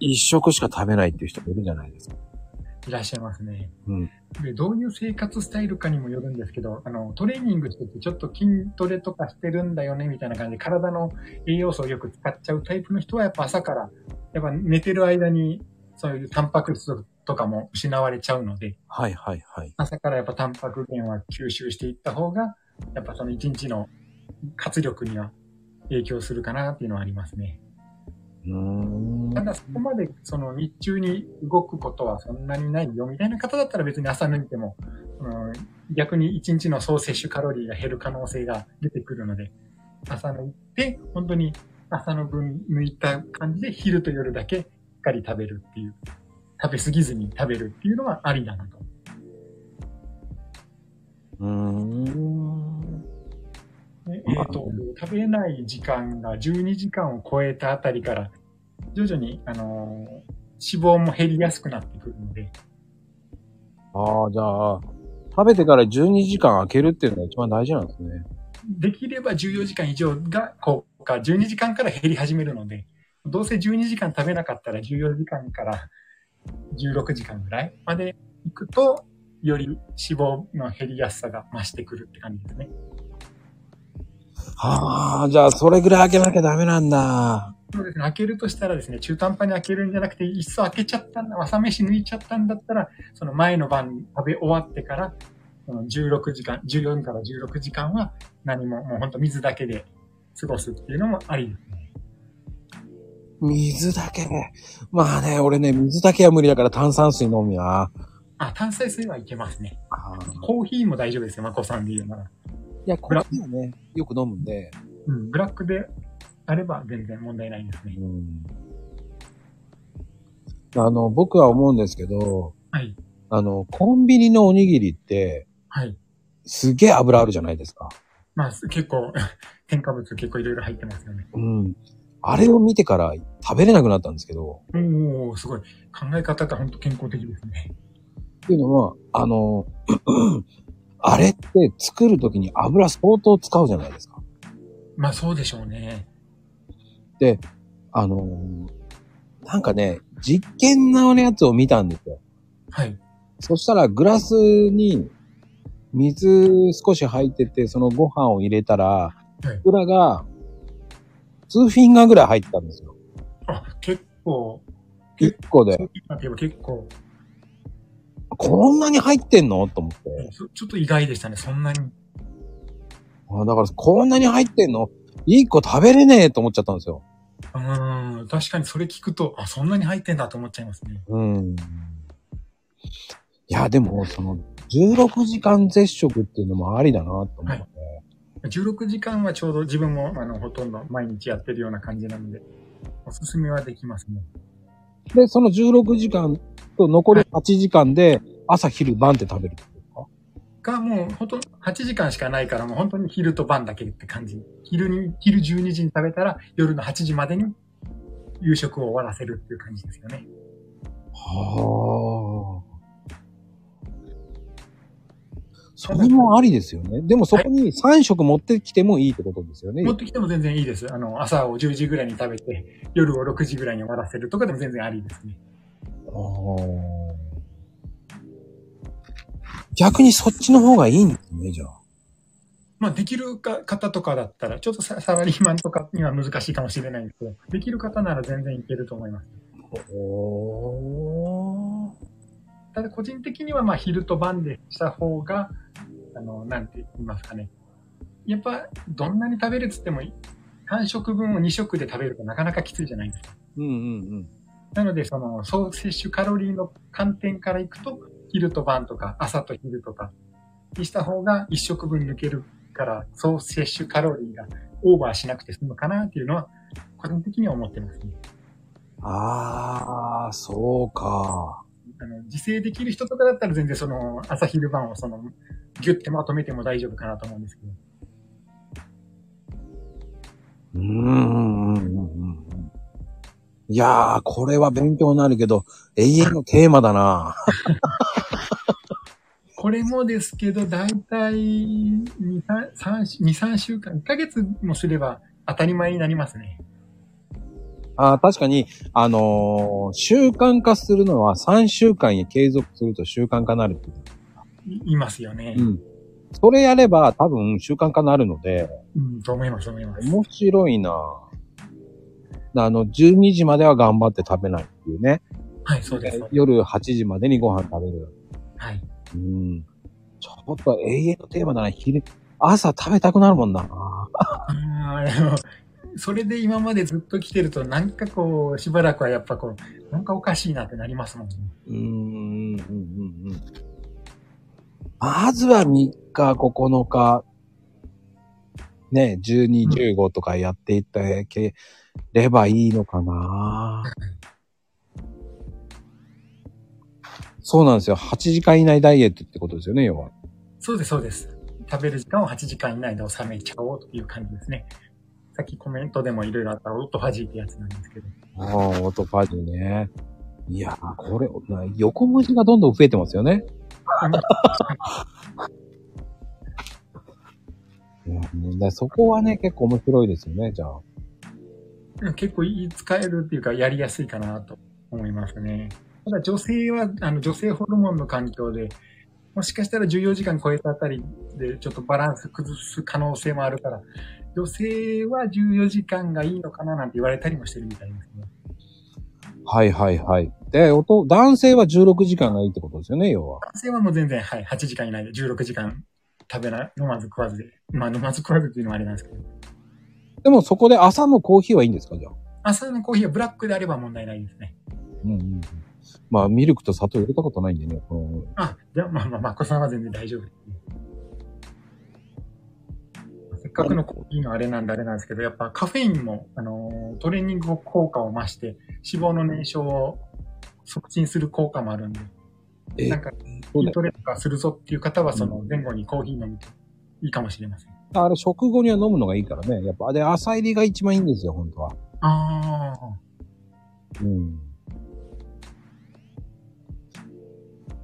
1食しか食べないっていう人もいるじゃないですか。いらっしゃいますね。うんで、どういう生活スタイルかにもよるんですけど、あの、トレーニングしててちょっと筋トレとかしてるんだよね、みたいな感じで、体の栄養素をよく使っちゃうタイプの人は、やっぱ朝から、やっぱ寝てる間に、そういうタンパク質とかも失われちゃうので、はいはいはい。朝からやっぱタンパク源は吸収していった方が、やっぱその一日の活力には影響するかなっていうのはありますね。うーん。ただそこまでその日中に動くことはそんなにないよみたいな方だったら別に朝抜いても、うん、逆に1日の総摂取カロリーが減る可能性が出てくるので、朝抜いて、本当に朝の分抜いた感じで昼と夜だけしっかり食べるっていう、食べ過ぎずに食べるっていうのはありだなと。うーん。ねえーと、食べない時間が12時間を超えたあたりから、徐々に、あのー脂肪も減りやすくなってくるので、ああ、じゃあ、食べてから12時間空けるっていうのが一番大事なんですね。できれば14時間以上が効果、12時間から減り始めるので、どうせ12時間食べなかったら14時間から16時間ぐらいまで行くと、より脂肪の減りやすさが増してくるって感じですね。ああ、じゃあ、それぐらい開けなきゃダメなんだ。そうですね。開けるとしたらですね、中途半端に開けるんじゃなくて、いっそ開けちゃったんだ、朝飯抜いちゃったんだったら、その前の晩食べ終わってから、その16時間、14から16時間は何も、もうほんと水だけで過ごすっていうのもありですね。水だけ。まあね、俺ね、水だけは無理だから炭酸水飲みや。あ、炭水水はいけますね。あーコーヒーも大丈夫ですよ、マコさんで言うなら。いや、コーヒーはね、よく飲むんで。うん、ブラックであれば全然問題ないですね。うん。あの、僕は思うんですけど、はい。あの、コンビニのおにぎりって、はい。すげえ油あるじゃないですか。まあ、す結構、添加物結構いろいろ入ってますよね。うん。あれを見てから食べれなくなったんですけど、おおすごい。考え方が本当健康的ですね。っていうのは、あの、 あれって作るときに油相当使うじゃないですか。まあ、そうでしょうね。あの、なんかね、実験のやつを見たんですよ。はい。そしたらグラスに水少し入ってて、そのご飯を入れたらい、裏が2フィンガーぐらい入ってたんですよ。あ、結構、 1個で。今で言えば結構、こんなに入ってんのと思って。ちょちょっと意外でしたね、そんなに。あだからこんなに入ってんの ?1 個食べれねえと思っちゃったんですよ。うーん、確かにそれ聞くと、あ、そんなに入ってんだと思っちゃいますね。うん。いや、でも、その、16時間絶食っていうのもありだなと思って。はい16時間はちょうど自分も、あの、ほとんど毎日やってるような感じなので、おすすめはできますね。で、その16時間と残り8時間で、朝、昼、晩って食べるんですかが、もう、ほとんど8時間しかないから、もう本当に昼と晩だけって感じ。昼に、昼12時に食べたら、夜の8時までに夕食を終わらせるっていう感じですよね。はあ。それもありですよね。でもそこに3食持ってきてもいいってことですよね。持ってきても全然いいです。あの、朝を10時ぐらいに食べて、夜を6時ぐらいに終わらせるとかでも全然ありですね。はあ逆にそっちの方がいいんですね、じゃあ。まあ、できるか方とかだったら、ちょっとササラリーマンとかには難しいかもしれないんですけど、できる方なら全然いけると思います。おただ個人的にはまあ昼と晩でした方が、あの、なんて言いますかね。やっぱ、どんなに食べるっつっても、3食分を2食で食べるとなかなかきついじゃないですか。うんうんうん。なので、その、総摂取カロリーの観点からいくと、昼と晩とか、朝と昼とか、にした方が1食分抜けるから、総摂取カロリーがオーバーしなくて済むかなっていうのは、個人的には思ってますね。ああ、そうか。あの、自制できる人とかだったら全然その、朝昼晩をその、ギュッてまとめても大丈夫かなと思うんですけど。うーんうんうんうんうん。いやー、これは勉強になるけど、永遠のテーマだな。これもですけど、だいたい2、3、3週間、1ヶ月もすれば当たり前になりますね。あー確かに、あのー習慣化するのは3週間に継続すると習慣化になるっていう。いいますよね。うん。それやれば多分習慣化になるので、うん、と思います、と思います。面白いなあの、12時までは頑張って食べないっていうね。はい、そうです。夜8時までにご飯食べる。はい。うん。ちょっと永遠のテーマだな。昼、朝食べたくなるもんな。あーあのそれで今までずっと来てると、なんかこう、しばらくはやっぱこう、なんかおかしいなってなりますもんね。うーん、うん、うん、うん。まずは3日、9日、ね、12、15とかやっていったければいいのかな。そうなんですよ。8時間以内ダイエットってことですよね、要は。そうです、そうです。食べる時間を8時間以内で収めちゃおうという感じですね。さっきコメントでもいろいろあった、オートファジーってやつなんですけ ど。ああ、オートファジーね。いやー、これ、な横文字がどんどん増えてますよね。あのうんだからそこはね、結構面白いですよね、じゃあ。うん結構いい使えるっていうか、やりやすいかなと思いますね。ただ女性は、あの女性ホルモンの環境で、もしかしたら14時間超えたあたりでちょっとバランス崩す可能性もあるから、女性は14時間がいいのかななんて言われたりもしてるみたいですね。はいはいはい。で、おと男性は16時間がいいってことですよね、要は。男性はもう全然、はい、8時間以内で16時間食べない、飲まず食わずで。まあ飲まず食わずっていうのはあれなんですけど。でもそこで朝もコーヒーはいいんですか、じゃあ。朝のコーヒーはブラックであれば問題ないですね。うんうんうん。まあ、ミルクと砂糖入れたことないんでね。うんあ、じゃあまあまあ、まこさんは全然大丈夫ですね。せっかくのコーヒーのあれなんであれなんですけど、やっぱカフェインも、あのートレーニング効果を増して、脂肪の燃焼を促進する効果もあるんで、えなんか、そうだ筋よトレとかするぞっていう方は、そのう前後にコーヒー飲むといいかもしれません。あれ、食後には飲むのがいいからね。やっぱ、で、朝入りが一番いいんですよ、本当は。ああ、うん。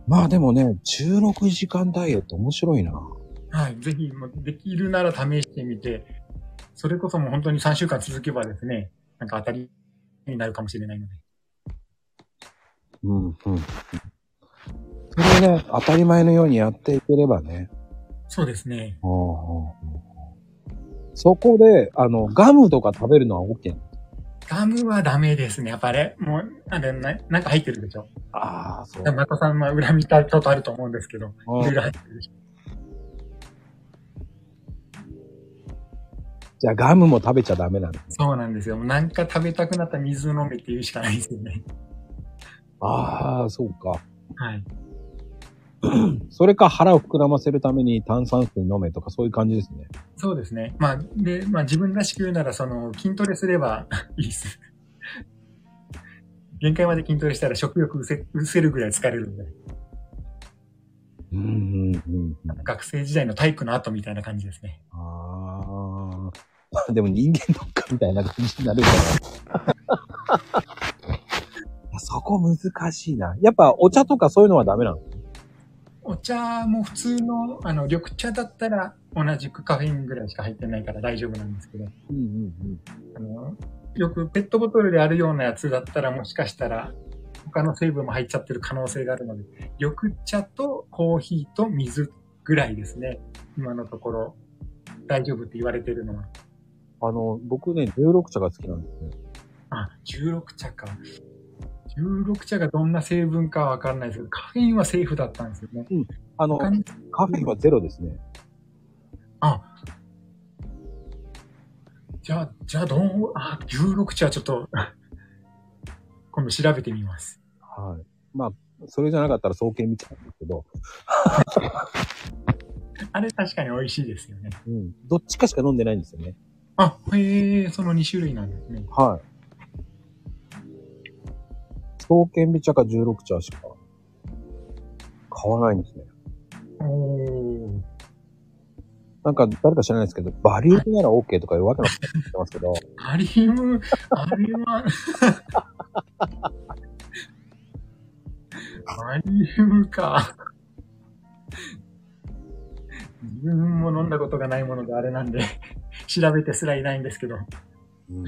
まあでもね、16時間ダイエット面白いな。はい、ぜひ、もうできるなら試してみて、それこそもう本当に3週間続けばですね、なんか当たりになるかもしれないので。うん、うん。それをね、当たり前のようにやっていければね。そうですね。そこで、あの、ガムとか食べるのは OK。ガムはダメですね、やっぱり。もう、あれ、ななんか入ってるでしょ。ああ、そマコさんは恨みたちょっとあると思うんですけど、いろいろ入ってるでしょ。じゃあガムも食べちゃダメなんだ。そうなんですよ。もうなんか食べたくなったら水飲めって言うしかないですよね。ああ、そうか。 はい。それか腹を膨らませるために炭酸水飲めとかそういう感じですね。そうですね。まあ、で、まあ自分らしく言うなら、その、筋トレすれば いいです。限界まで筋トレしたら食欲うせ、うせるぐらい疲れるんで。うん、うん、うん。学生時代の体育の後みたいな感じですね。ああ。でも人間ドックみたいな感じになるから。そこ難しいな。やっぱお茶とかそういうのはダメなのお茶も普通の、あの、緑茶だったら同じくカフェインぐらいしか入ってないから大丈夫なんですけど、うんうんあの、よくペットボトルであるようなやつだったらもしかしたら他の成分も入っちゃってる可能性があるので、緑茶とコーヒーと水ぐらいですね。今のところ大丈夫って言われてるのは。うん。あの、僕ね、16茶が好きなんですね。あ、16茶か。16茶がどんな成分かはわかんないですけど、カフェインはセーフだったんですよね。あの、他にカフェインはゼロですね。じゃあ、じゃあどう、あ、16茶はちょっと、 今度調べてみます。はい。まあ、それじゃなかったら総研みたいなんですけど、あれ確かに美味しいですよね。うん。どっちかしか飲んでないんですよね。あ、へえ、その2種類なんですね。はい。総研美茶か16茶しか買わないんですね。おー。なんか誰か知らないですけど、バリウムなら OK とかいうわけのこと言ってますけど、アリウム、あれは、アリウムか。自分も飲んだことがないものであれなんで、調べてすらいないんですけど、うん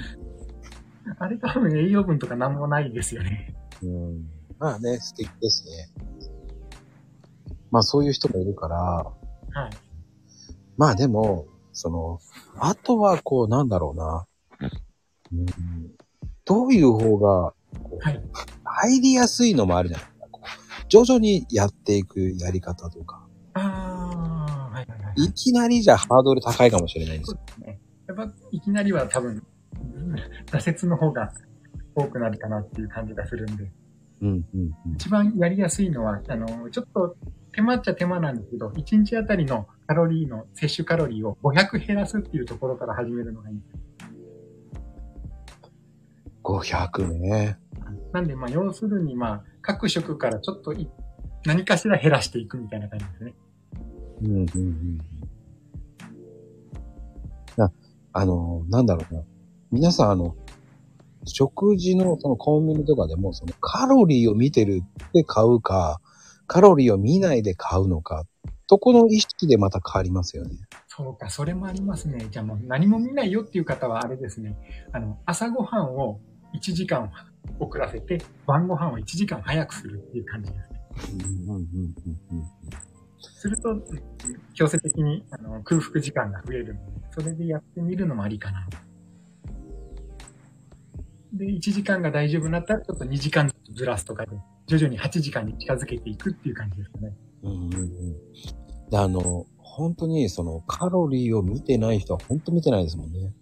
あれ多分栄養分とかなんもないですよね。うんまあね、素敵ですね。まあそういう人もいるから、はい。まあでも、その、あとはこう、なんだろうな。うん、どういう方が、こうはい入りやすいのもあるじゃないですか。こう徐々にやっていくやり方とか。あー、はいはいはい。いきなりじゃハードル高いかもしれないんですよ。やっぱ、いきなりは多分、うん挫折の方が多くなるかなっていう感じがするんで。うん、うん、うん。一番やりやすいのは、あの、ちょっと手間っちゃ手間なんですけど、1日あたりのカロリーの摂取カロリーを500減らすっていうところから始めるのがいい。 500ね。なんで、まあ、要するに、まあ、各食からちょっとい何かしら減らしていくみたいな感じですね。うん、うん、うん。な、あの、なんだろうな。皆さん、あの、食事のそのコンビニとかでも、そのカロリーを見てるで買うか、カロリーを見ないで買うのか、とこの意識でまた変わりますよね。そうか、それもありますね。じゃあもう何も見ないよっていう方はあれですね。あの、朝ごはんを1時間遅らせて、晩ごはんを1時間早くするっていう感じです。うん、うん、うん、うん。すると、うん強制的にあの空腹時間が増えるので、それでやってみるのもありかな。で、1時間が大丈夫になったら、ちょっと2時間ずつずらすとかで、徐々に8時間に近づけていくっていう感じですかね。うんうんうんで、あの、本当にそのカロリーを見てない人は本当見てないですもんね。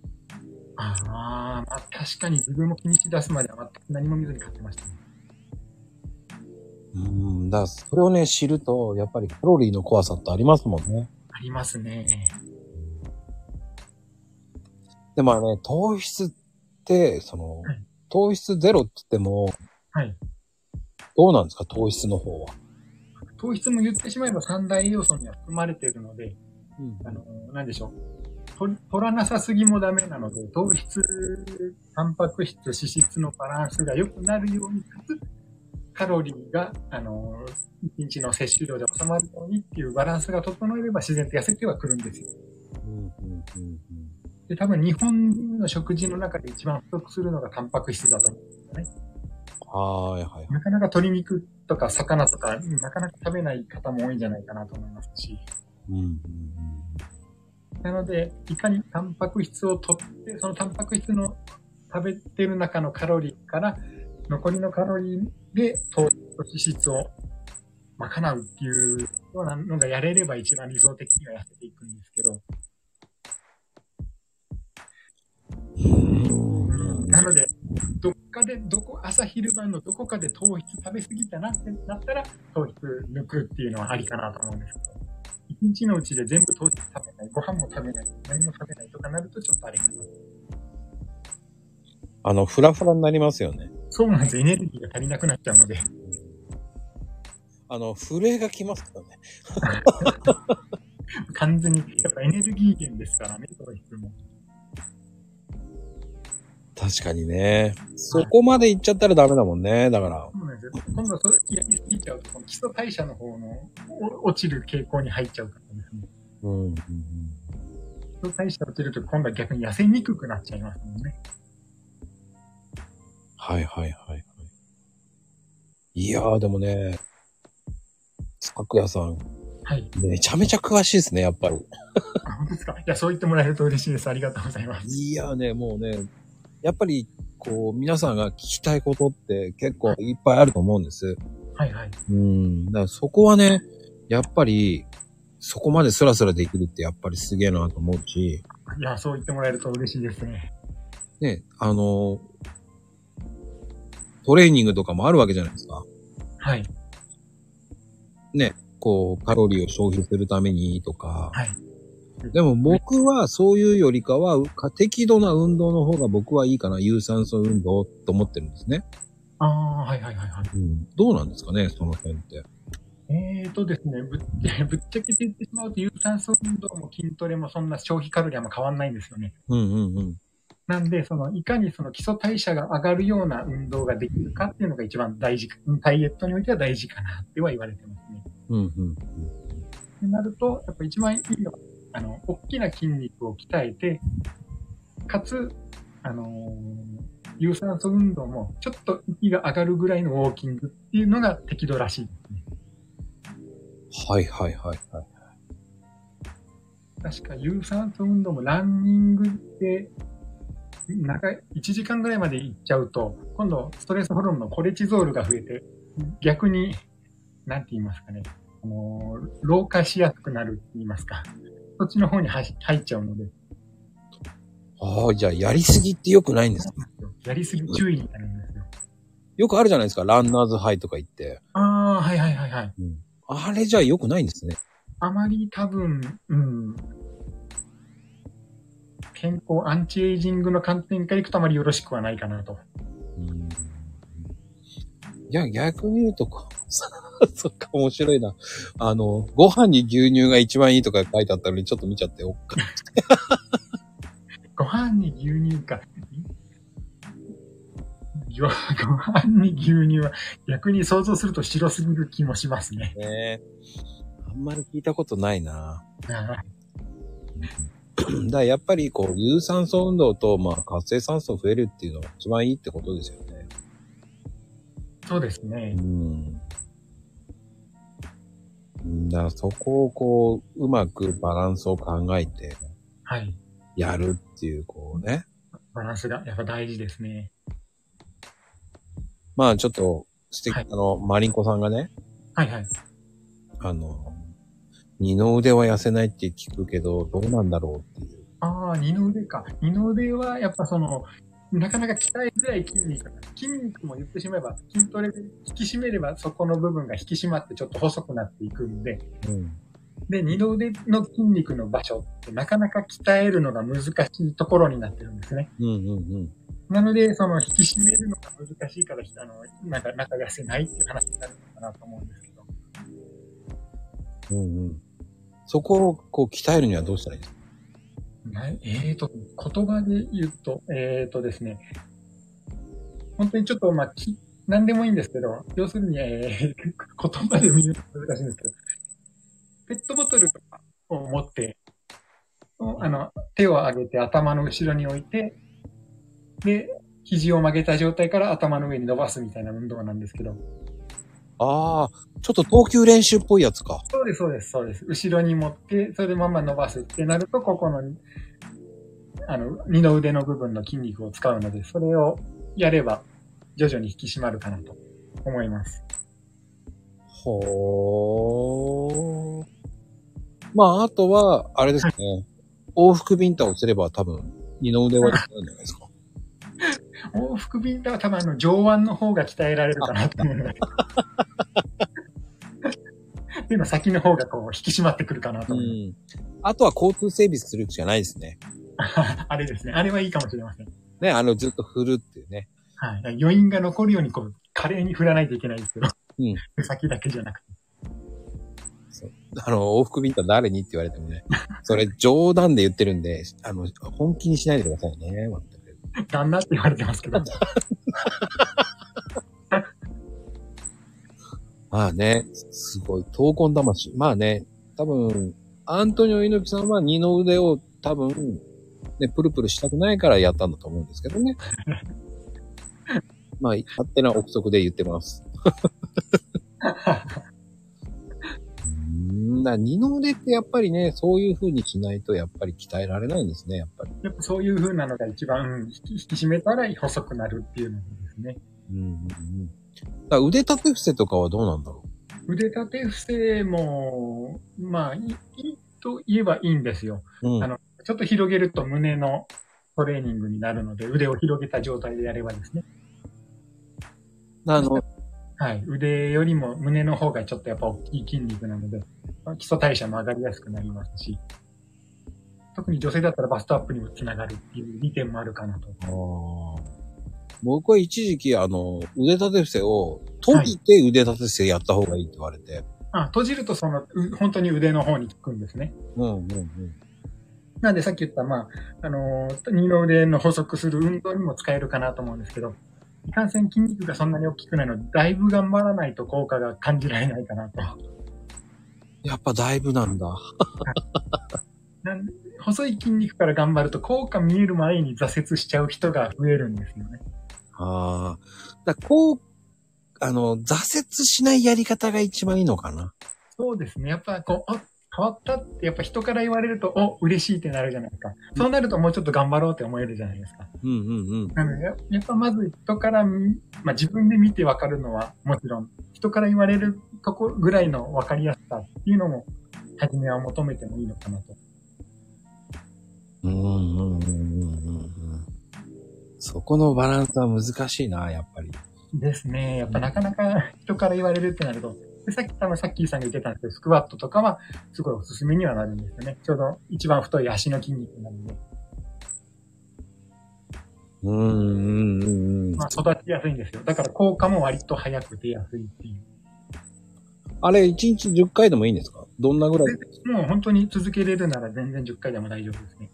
あー、まあ、確かに自分も気にし出すまでは全く何も見ずに買ってましたね。うん、だからそれをね、知ると、やっぱりカロリーの怖さってありますもんね。ありますね。でもあね、糖質って、そのはい、糖質ゼロって言っても、はい。どうなんですか糖質の方は。糖質も言ってしまえば三大栄養素には含まれているので、あの、なんでしょう。取取らなさすぎもダメなので、糖質、タンパク質、脂質のバランスが良くなるように、かつ、カロリーが、あの、1日の摂取量で収まるようにっていうバランスが整えれば自然と痩せてはくるんですよ。うんうんうんうんで、多分日本の食事の中で一番不足するのがタンパク質だと思うんですよね。はーい、はい。なかなか鶏肉とか魚とか、なかなか食べない方も多いんじゃないかなと思いますし。うん、うん、なので、いかにタンパク質を取って、そのタンパク質の食べてる中のカロリーから、残りのカロリーで糖質質を賄うっていうようなのがやれれば一番理想的には痩せていくんですけど、うん。うんなので、どっかで、どこ、朝昼晩のどこかで糖質食べ過ぎたなってなったら、糖質抜くっていうのはありかなと思うんですけど、一日のうちで全部糖質食べない、ご飯も食べない、何も食べないとかなるとちょっとあれかな。あの、フラフラになりますよね。そうなんです。エネルギーが足りなくなっちゃうので。あの、震えがきますからね。完全に、やっぱエネルギー源ですからね、糖質も。確かにね。そこまで行っちゃったらダメだもんね。だから。そうなんですよ。今度はそれやりすぎちゃうと、この基礎代謝の方のお落ちる傾向に入っちゃうからですね。うん、うん、基礎代謝落ちると、今度は逆に痩せにくくなっちゃいますもんね。はい、はい、はいはい。いやー、でもね、つかくやさん、はい。めちゃめちゃ詳しいですね、やっぱり。あ、本当ですかいや、そう言ってもらえると嬉しいです。ありがとうございます。いやーね、もうね、やっぱり、こう、皆さんが聞きたいことって結構いっぱいあると思うんです。はいはい。うん。だからそこはね、やっぱり、そこまでスラスラできるってやっぱりすげえなと思うし、いや、そう言ってもらえると嬉しいですね。ね、あの、トレーニングとかもあるわけじゃないですか。はい。こう、カロリーを消費するためにとか。はいでも僕はそういうよりかは、うか適度な運動の方が僕はいいかな、有酸素運動と思ってるんですね。ああ、はいはいはいはい。うん。どうなんですかね、その辺って。えーとですね、ぶっちゃぶっちゃけて言ってしまうと、有酸素運動も筋トレもそんな消費カロリーも変わんないんですよね。うんうんうん。なんで、その、いかにその基礎代謝が上がるような運動ができるかっていうのが一番大事か、ダイエットにおいては大事かなっては言われてますね。うんうん。ってなると、やっぱ一番いいのは、あの、大きな筋肉を鍛えて、かつ、あのー有酸素運動も、ちょっと息が上がるぐらいのウォーキングっていうのが適度らしいですね。はいはいはいはい。確か有酸素運動もランニングで、長い、1時間ぐらいまで行っちゃうと、今度、ストレスホルモンのコレチゾールが増えて、逆に、なんて言いますかね、あのー老化しやすくなるって言いますか、そっちの方に入入っちゃうので、ああ、じゃあやりすぎって良くないんですかやりすぎ注意になるんですよ。よくあるじゃないですか、ランナーズハイとか言って。ああ、はいはいはいはい。あれじゃ良くないんですね。あまり多分、うん。健康、アンチエイジングの観点からいくとあまりよろしくはないかなと。うん。いや、逆に言うと、こ うそっか、面白いな。あの、ご飯に牛乳が一番いいとか書いてあったのに、ちょっと見ちゃって、おっか。ご飯に牛乳か。ごご飯に牛乳は逆に想像すると白すぎる気もしますね。ねあんまり聞いたことないな。 あうんだからやっぱり、こう、有酸素運動と、まあ、活性酸素増えるっていうのが一番いいってことですよね。ーそうですね。うん。だからそこをこう、うまくバランスを考えてはい。やるっていう、こうね。バランスがやっぱ大事ですね。まあちょっと、素敵、はいあの、マリンコさんがね、はいはい。あの、二の腕は痩せないって聞くけど、どうなんだろうっていう。ああ、二の腕か。二の腕は、やっぱその、なかなか鍛えづらい筋肉が。筋肉も言ってしまえば、筋トレで引き締めれば、そこの部分が引き締まってちょっと細くなっていくんで、うん。で、二の腕の筋肉の場所ってなかなか鍛えるのが難しいところになってるんですね。うんうんうん。なので、その引き締めるのが難しいから、あの、なんか中が痩せないっていう話になるのかなと思うんですけど。うんうん。そこをこう鍛えるにはどうしたらいいですかなえー、と、言葉で言うと、えー、とですね、本当にちょっと、まあ、き、何でもいいんですけど、要するに、えー、 言葉で見るの難しいんですけど、ペットボトルとかを持って、あの、手を上げて頭の後ろに置いて、で、肘を曲げた状態から頭の上に伸ばすみたいな運動なんですけど。ああ、ちょっと投球練習っぽいやつか。そうです、そうです、そうです。後ろに持って、それでまんま伸ばすってなると、ここの、あの、二の腕の部分の筋肉を使うので、それをやれば、徐々に引き締まるかなと思います。ほー。まあ、あとは、あれですね。往復ビンタをすれば多分、二の腕は使うんじゃないですか。往復ビンタは多分あの、上腕の方が鍛えられるかなと思い ます。っていうのは先の方がこう、引き締まってくるかなとう思います。ん。あとは交通整備するしかないですね。あれですね。あれはいいかもしれません。ね、あの、ずっと振るっていうね。はい。余韻が残るように、こう、華麗に振らないといけないんですけど。うん手 先だけじゃなくて。あの、往復ビンタ誰にって言われてもね。それ冗談で言ってるんで、あの、本気にしないでくださいね。まったく旦那って言われてますけど。まあね、すごい、闘魂魂。まあね、多分、アントニオ猪木さんは二の腕を多分、ね、プルプルしたくないからやったんだと思うんですけど ね。まあ、勝手な憶測で言って ます。うーんだから二の腕ってやっぱりね、そういう風にしないとやっぱり鍛えられないんですね、やっぱり。やっぱそういう風なのが一番うん引き引き締めたら細くなるっていうのですね。うんうんうん、だから腕立て伏せとかはどうなんだろ腕立て伏せも、まあ、いいいと言えばいいんですよ。う。うん、あのちょっと広げると胸のトレーニングになるので、腕を広げた状態でやればですね。あの、はい。腕よりも胸の方がちょっとやっぱ大きい筋肉なので、まあ基礎代謝も上がりやすくなりますし、特に女性だったらバストアップにもつながるっていう利点もあるかなと。あー僕は一時期、あの、腕立て伏せを閉じて腕立て伏せやった方がいいって言われて。あ、閉じるとその、う本当に腕の方に効くんですね。うんうんうん。なんでさっき言った、まあ、あのー二の腕の補足する運動にも使えるかなと思うんですけど、いかんせん筋肉がそんなに大きくないので、だいぶ頑張らないと効果が感じられないかなと。やっぱだいぶなんだ。なん細い筋肉から頑張ると効果見える前に挫折しちゃう人が増えるんですよね。ああ。だからこう、あの、挫折しないやり方が一番いいのかな。そうですね。やっぱこう、あ変わったって、やっぱ人から言われると、お、嬉しいってなるじゃないですか。そうなるともうちょっと頑張ろうって思えるじゃないですか。うんうんうん。なので、ややっぱまず人から見、まあ、自分で見てわかるのはもちろん、人から言われるとこぐらいのわかりやすさっていうのも、初めは求めてもいいのかなと。うんうんうんうんうんうん。そこのバランスは難しいな、やっぱり。ですね。やっぱなかなか人から言われるってなると、でさっき、多分さっきさんが言ってたんですけど、スクワットとかはすごいおすすめにはなるんですよね。ちょうど一番太い足の筋肉なので、うんうんうんうんま。あ、育ちやすいんですよ。だから効果も割と早く出やすいっていう。あれ、1日10回でもいいんですかどんなぐらいもう本当に続けれるなら全然10回でも大丈夫ですね。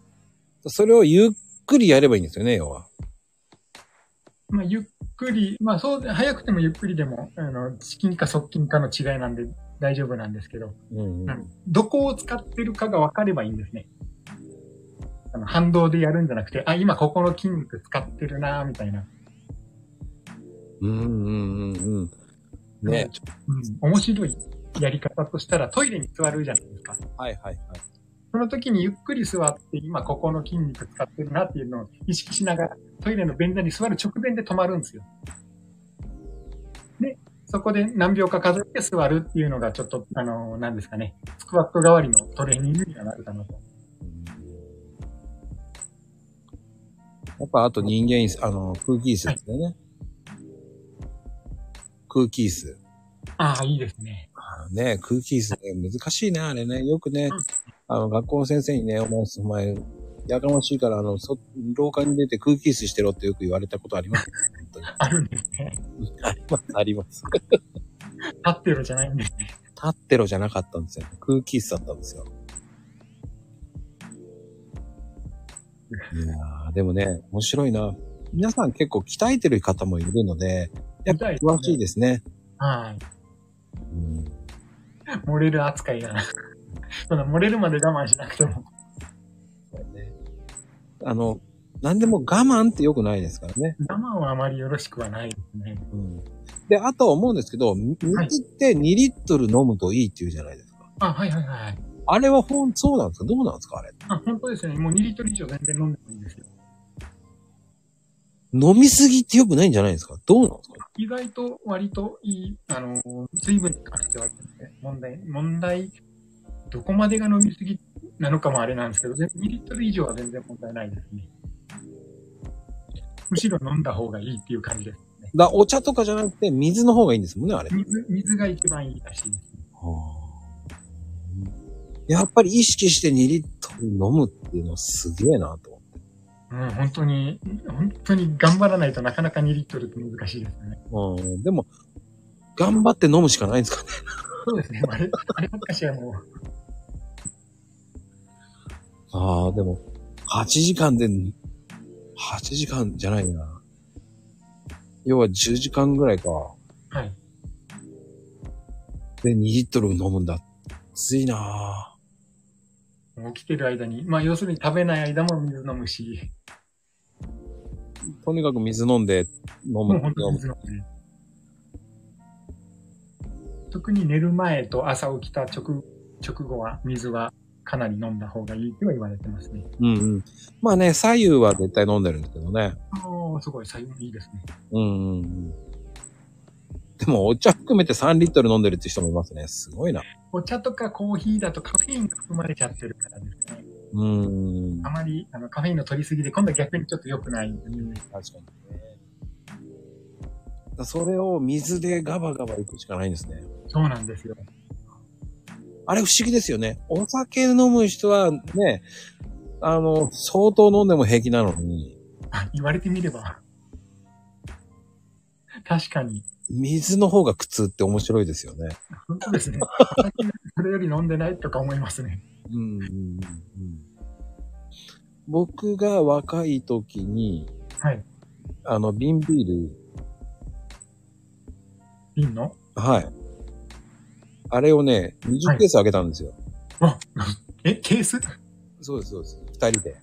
それをゆっくりやればいいんですよね、要は。まあ、ゆっくり、まあ、そう、早くてもゆっくりでも、あの、至近か側近かの違いなんで大丈夫なんですけど、うんうんどこを使ってるかが分かればいいんですね。あの、反動でやるんじゃなくて、あ、今ここの筋肉使ってるなみたいな。うんうんうんうん。ね。うん。面白いやり方としたら、トイレに座るじゃないですか。はいはいはい。その時にゆっくり座って、今ここの筋肉使ってるなっていうのを意識しながら、トイレの便座に座る直前で止まるんですよ。で、そこで何秒か数えて座るっていうのがちょっと、あのー、なんですかね、スクワット代わりのトレーニングにはなるかなと。やっぱあと人間椅子、あの、空気椅子ですよね。空気椅子。ああ、いいですね。あのね、空気椅子ね、難しいね、あれね。よくねうん、あの、学校の先生にね、お前、お前、やかましいから、あの、そ、廊下に出て空気椅子してろってよく言われたことあります。本あるんですね。当にあり ます、あります。立ってるじゃないんですね。立ってろじゃなかったんですよ。空気椅子だったんですよ。いやー、でもね、面白いな。皆さん結構鍛えてる方もいるので、やっぱ痛い詳ですねしいですね。はい。うん漏れる扱いがな。その漏れるまで我慢しなくても。これねあの、何でも我慢って良くないですからね。我慢はあまりよろしくはないですね。うん。で、あと思うんですけど、水って2リットル飲むといいって言うじゃないですか。あ、はいはいはい。あれはほん、そうなんですかどうなんですかあれ。あ、本当ですね。もう2リットル以上全然飲んでもいいですよ。飲みすぎって良くないんじゃないですかどうなんですか意外と割といい、あの、水分に関してはですね、問題、問題、どこまでが飲みすぎなのかもあれなんですけど、全2リットル以上は全然問題ないですね。むしろ飲んだ方がいいっていう感じですね。だお茶とかじゃなくて水の方がいいんですもんね、あれ。水、水が一番いいらしいです。やっぱり意識して2リットル飲むっていうのはすげえなと思って。うん、本当に、本当に頑張らないとなかなか2リットルって難しいですね。うん、でも、頑張って飲むしかないんですかね。そうですね。あれ、あればっかしはもう、ああ、でも、8時間で、8時間じゃないな。要は10時間ぐらいか。はい。で、2リットル飲むんだ。きついな起きてる間に、まあ要するに食べない間も水飲むし、ぁとにかく水飲んで、飲むもう、本当飲にむ。水飲む。特に寝る前と朝起きた直直後は水はかなり飲んだ方がいいとは言われてますね。うんうん。まあね、左右は絶対飲んでるんですけどね。ああ、すごい、最後いいですね。うんうんうん。でも、お茶含めて3リットル飲んでるって人もいますね。すごいな。お茶とかコーヒーだとカフェインが含まれちゃってるからですね。うんうんうん。あまりあのカフェインの取りすぎで今度は逆にちょっと良くないんでね。確かにね。だそれを水でガバガバいくしかないんですね。そうなんですよ。あれ不思議ですよね。お酒飲む人はね、あの、相当飲んでも平気なのに、あ言われてみれば。確か に。水の方が苦痛って面白いですよね。本当ですね。 それより飲んでないとか思いますね。うんうんうん僕が若い時に、はい。あの、瓶ビー瓶のル、はい。あれをね、20ケースあげたんですよ。わ、え、ケースそうです、そうです。二人で。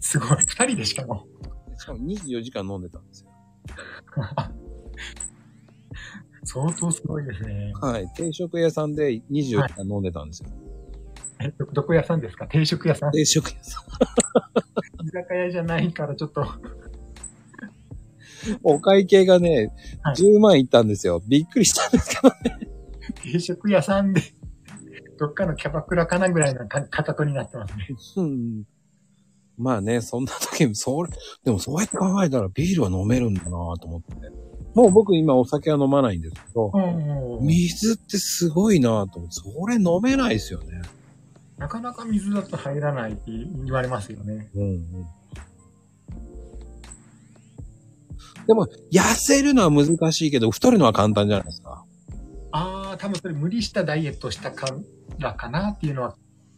すごい。二人でしかも。しかも24時間飲んでたんですよ。相当すごいですね。はい。定食屋さんで24時間飲んでたんですよ。え、ど、どこ屋さんですか定食屋さん。定食屋さん。居酒屋じゃないからちょっと、お会計がね、はい10万いったんですよ。びっくりしたんですけど。定食屋さんで、どっかのキャバクラかなぐらいのか片手になってますね。うんまあね、そんな時、それ、でもそうやって考えたらビールは飲めるんだなぁと思って。もう僕今お酒は飲まないんですけど、おー水ってすごいなぁと思って、それ飲めないですよね。なかなか水だと入らないって言われますよね。うんうん。でも、痩せるのは難しいけど、太るのは簡単じゃないですか。あー、多分それ無理したダイエットしたからかなっていうのは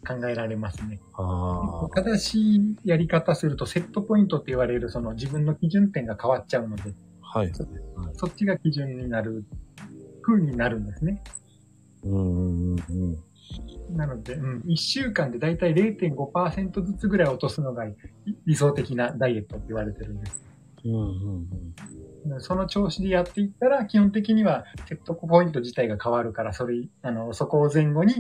考えられますね。ああ。正しいやり方するとセットポイントって言われるその自分の基準点が変わっちゃうので、はい。そっちが基準になる風になるんですね。うんうんうん。なので、うん、1週間でだいたい0.5%ずつぐらい落とすのがい理想的なダイエットって言われてるんです。うんうんうん。その調子でやっていったら、基本的にはセットポイント自体が変わるから、それ、あの、そこを前後に、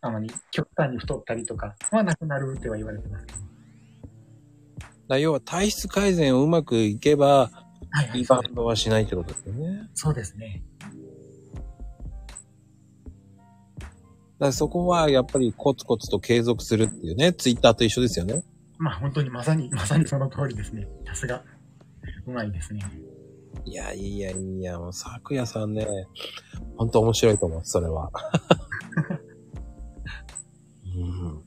あまり極端に太ったりとかはなくなるっては言われてますけど。だ要は体質改善をうまくいけば、はい、リバウンドはしないってことですよね。そうですね。だからそこはやっぱりコツコツと継続するっていうね、ツイッターと一緒ですよね。まあ本当にまさに、まさにその通りですね。さすが。うまいですね。いや、いや、いや、もう、昨夜さんね、ほんと面白いと思う、それは。 うん、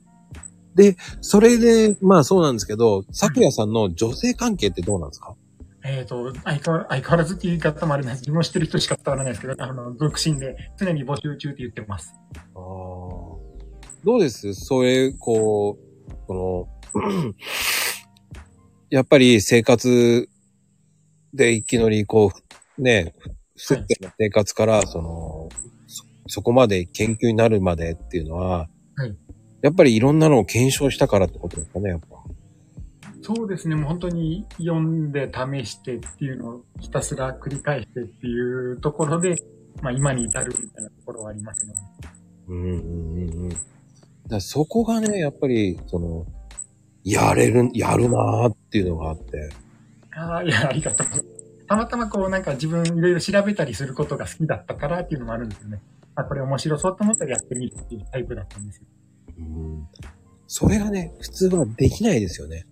で、それで、まあそうなんですけど、昨夜さんの女性関係ってどうなんですか、えっ、と、相変わら、相変わらずっていう言い方もあれなんです。自分を知ってる人しか伝わらないですけど、あの、独身で常に募集中って言ってます。あーどうですそれ、こう、この、 やっぱり生活でいきなり、こう、ね、不節制な生活から、その、そ、そこまで研究になるまでっていうのは、はいやっぱりいろんなのを検証したからってことですかね、やっぱ。そうですね、もう本当に読んで試してっていうのをひたすら繰り返してっていうところで、まあ今に至るみたいなところはありますので。うんうんうんうん。だからそこがね、やっぱり、その、やれる、やるなーっていうのがあって。ああ、いや、ありがとう。たまたまこうなんか自分いろいろ調べたりすることが好きだったからっていうのもあるんですよね。あ、これ面白そうと思ったらやってみるっていうタイプだったんですよ。うん。それがね、普通はできないですよね。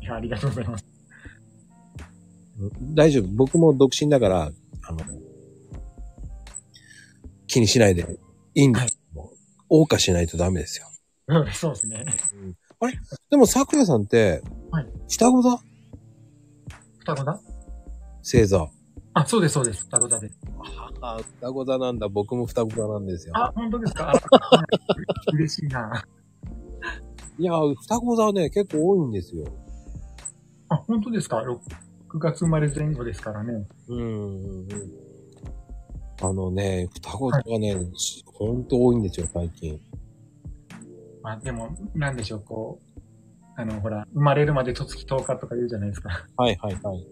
いや、ありがとうございます。うん大丈夫。僕も独身だから、あの、気にしないでいいんですけど、謳歌しないとダメですよ。うんそうですね。でも、桜さんって、はい双子座双子だ星座。あ、そうです、そうです。双子だです。ああ、双子座なんだ。僕も双子座なんですよ。あ、本当ですか嬉しいな。いや、双子座はね、結構多いんですよ。あ、本当ですか ?6 月生まれ前後ですからね。うん。あのね、双子座はね、しほんと多いんですよ、最近。まあでも、なんでしょう、こう、あの、ほら、生まれるまで月10日とか言うじゃないですか。はいはいはい。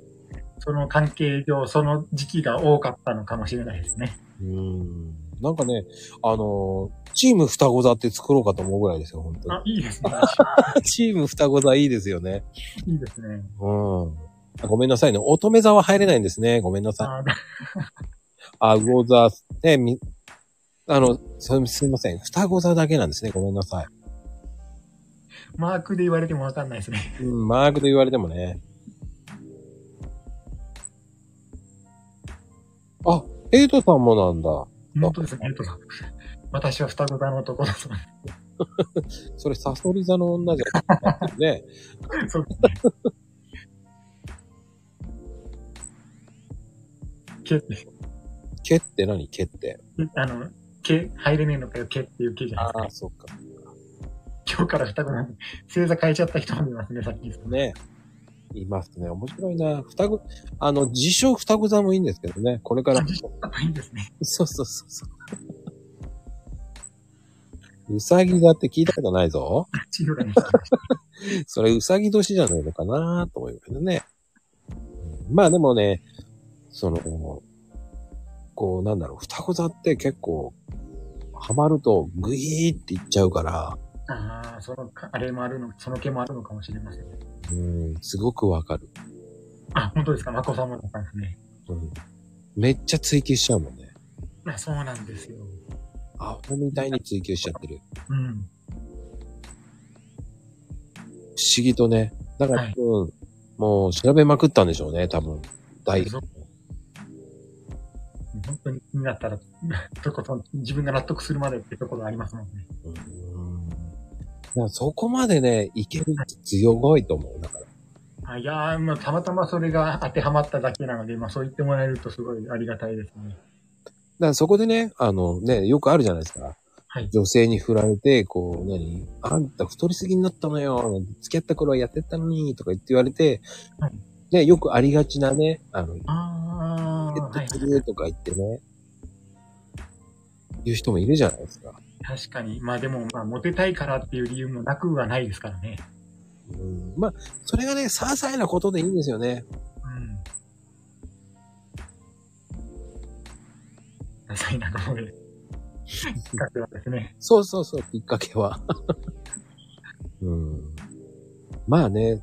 その関係上、その時期が多かったのかもしれないですね。うん。なんかね、あのー、チーム双子座って作ろうかと思うぐらいですよ、本当あ、いいですね。に。チーム双子座いいですよね。いいですね。うん。あごめんなさいね。乙女座は入れないんですね。ごめんなさい。ああご座、ね、み、あの、そすいません。双子座だけなんですね。ごめんなさい。マークで言われてもわかんないですね。うん、マークと言われてもね。あ、エイトさんもなんだ。本当ですね、えっと私は双子座の男だと思いまそれ、サソリ座の女じゃん。ね。 す。 そうですね。毛って何毛って。け、あの、け、入れねえのかよ、けっていうけじゃないあですか。あ、そっか。今日から双子なんで、星座変えちゃった人もいますね、さっき。ね。いますね。面白いな。双子、あの、自称双子座もいいんですけどね。これからあ。自信がないんですね。 そうそうそうそう。うさぎ座って聞いたことないぞ。自信がないそれ、うさぎ年じゃないのかなと思いますけどね。まあでもね、その、こう、なんだろう、双子座って結構、ハマるとグイーっていっちゃうから、ああ、そのか、あれもあるの、その毛もあるのかもしれません。うん、すごくわかる、あ、本当ですか、まこさんもだったんですね。うん。めっちゃ追求しちゃうもんね。あそうなんですよ。アホみたいに追求しちゃってる。うん。不思議とね。だから、はいうん、もう調べまくったんでしょうね、多分。大そう本当に気になったら、とことん自分が納得するまでってところありますもんね。うんだからそこまでね、いけるって強いと思う。だから。あいやー、まあ、たまたまそれが当てはまっただけなので、まあ、そう言ってもらえるとすごいありがたいですね。だからそこでね、あのね、よくあるじゃないですか。はい女性に振られて、こう、何あんた太りすぎになったのよ。付き合った頃はやってたのに、とか言って言われて、はいね、よくありがちなね、あの、ああ、は減いっ。てくるとか言ってね、いう人もいるじゃないですか。確かに。まあでも、まあ、モテたいからっていう理由もなくはないですからね。うん、まあ、それがね、些細なことでいいんですよね。うん。些細なことで。きっかけはですね。そうそうそう、きっかけは。 うん、まあね、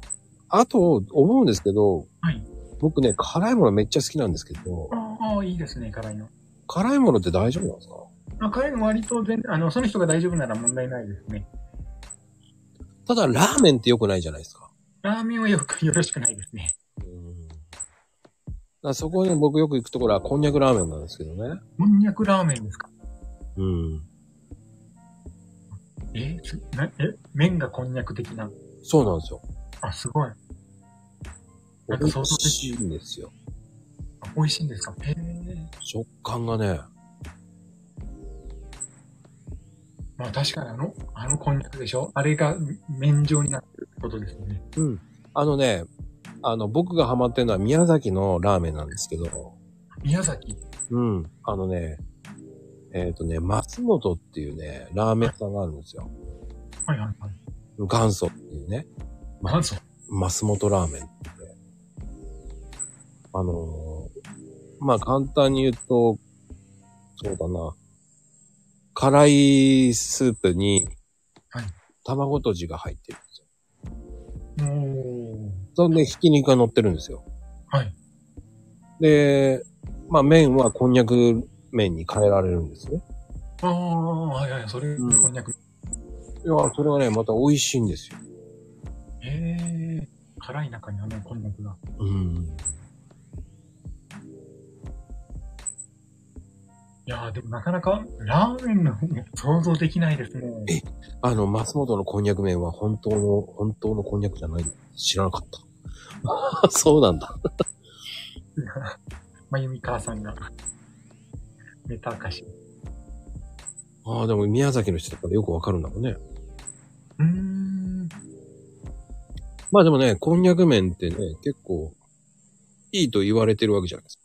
あと、思うんですけど、はい僕ね、辛いものめっちゃ好きなんですけど、ああ、いいですね、辛いの。辛いものって大丈夫なんですかまあ、辛いの割と全、あの、その人が大丈夫なら問題ないですね。ただ、ラーメンって良くないじゃないですか。ラーメンはよく、よろしくないですね。うん。だからそこに僕よく行くところは、こんにゃくラーメンなんですけどね。こんにゃくラーメンですかうん。えすなえ麺がこんにゃく的な。そうなんですよ。あ、すごい。美なんか想像味できしいんですよ。あ美味しいんですかへえ。食感がね。まあ確かにあの、あのこんにゃくでしょあれが麺状になってるってことですね。うん。あのね、あの、僕がハマってるのは宮崎のラーメンなんですけど、宮崎。うん。あのね、えっ、とね、松本っていうね、ラーメン屋さんがあるんですよ。はいはいはい。元祖っていうね。まず、松本ラーメンって。あのーまあ、簡単に言うと、そうだな。辛いスープにはい、卵とじが入ってるんですよ。おーそんで、ひき肉が乗ってるんですよ。はい。で、まあ、麺はこんにゃく麺に変えられるんですね。ああ、はいはい、それ、うんこんにゃく。いや、それがね、また美味しいんですよ。ええ辛い中にあのこんにゃくが。うん。いやー、でもなかなか、ラーメンの方も想像できないですね。あの、松本のこんにゃく麺は本当の、本当のこんにゃくじゃないの知らなかった。 そうなんだ。まゆみ母さんが、ネタ化し。ああ、でも宮崎の人だからよくわかるんだもんね。うーん。まあでもね、こんにゃく麺ってね、結構、いいと言われてるわけじゃないですか。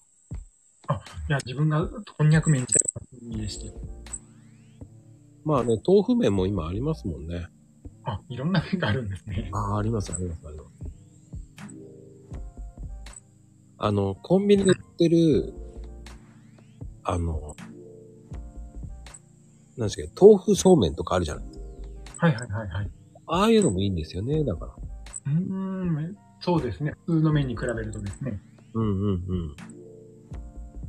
いや、自分がこんにゃく麺自体がいいでしたよ。まあね、豆腐麺も今ありますもんね。あ、いろんな麺があるんですね。ああ、あります、あります、あります。あの、コンビニで売ってる、あの、なんですか、豆腐そうめんとかあるじゃないはいはいはいはい。ああいうのもいいんですよね、だから。うーん、そうですね。普通の麺に比べるとですね。うんうんうん。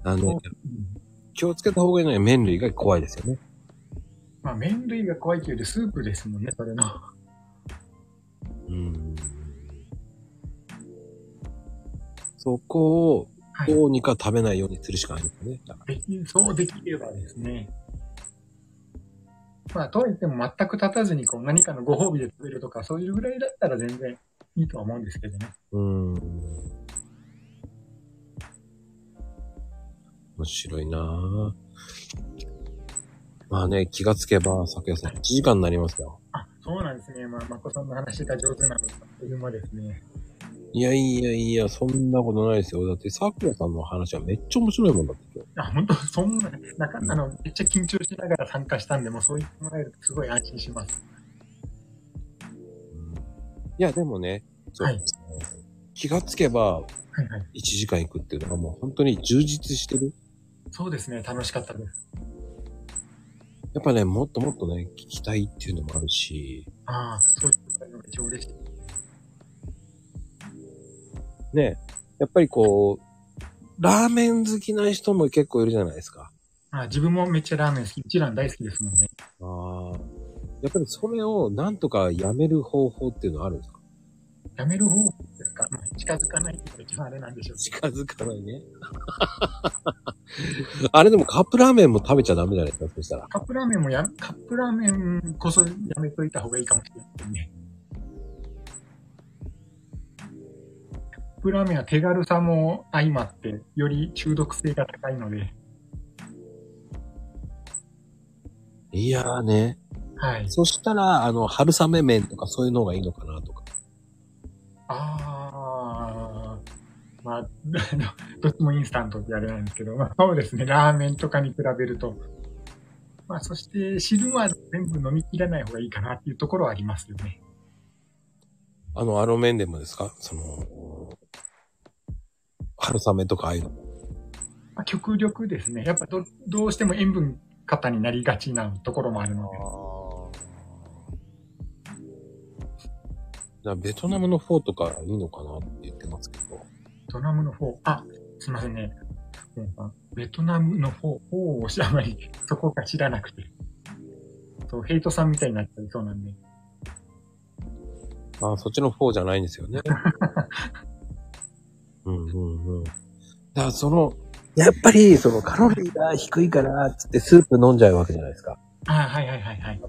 あそうの、うん気をつけた方がいいのは麺類が怖いですよね。まあ、麺類が怖いというよりスープですもんね、それの。うん。そこを、はいどうにか食べないようにするしかないんですよね。だからでき、そうできればですね。まあ、とはいっても全く立たずに、こう、何かのご褒美で食べるとか、そういうぐらいだったら全然いいとは思うんですけどね。うん。面白いなぁ。まあね、気がつけば、酒屋さん、1時間になりますよ。あ、そうなんですね。まあ、まこさんの話が上手なのとあっという間ですね。いやいやいや、そんなことないですよ。だって、桜さんの話はめっちゃ面白いもんだって今日。あ、本当そんな、なかあの、めっちゃ緊張しながら参加したんで、もうそう言ってもらえるとすごい安心します。いや、でもね、そうはい気がつけば、はいはい。 1時間行くっていうのがもう本当に充実してる。そうですね。楽しかったです。やっぱね、もっともっとね、聞きたいっていうのもあるし、ああ、そう言ってもらえるのが一応嬉しい。ね、やっぱりこう、ラーメン好きな人も結構いるじゃないですか。あ自分もめっちゃラーメン好き。一蘭大好きですもんね。ああ。やっぱりそれをなんとかやめる方法っていうのはあるんですか やめる方法ですか、まあ、近づかないっていうのが一番あれなんでしょうけど近づかないね。 あれでもカップラーメンも食べちゃダメじゃないですか、そしたら。カップラーメンもや、カップラーメンこそやめといた方がいいかもしれないですね。カップラーメンは手軽さも相まって、より中毒性が高いので、いやーね。はい。そしたら、あの、春雨麺とかそういうのがいいのかなとか。あー、まあ、 どっちもインスタントってあれなんですけど、まあそうですね、ラーメンとかに比べると。まあそして汁は全部飲み切らない方がいいかなっていうところはありますよね。あの、アロ麺でもですかその、春雨とかああいうの。まあ、極力ですね。やっぱどどうしても塩分型になりがちなところもあるので。だからベトナムのフォーとかいいのかなって言ってますけど。ベトナムの方、あ、すいませんね。ベトナムの方、方を知らない。そこが知らなくて。そう、ヘイトさんみたいになっちゃいそうなんで。ああ、そっちの方じゃないんですよ ね。うんうんうん。だからその、やっぱりそのカロリーが低いから、つってスープ飲んじゃうわけじゃないですか。あはいはいはいはい。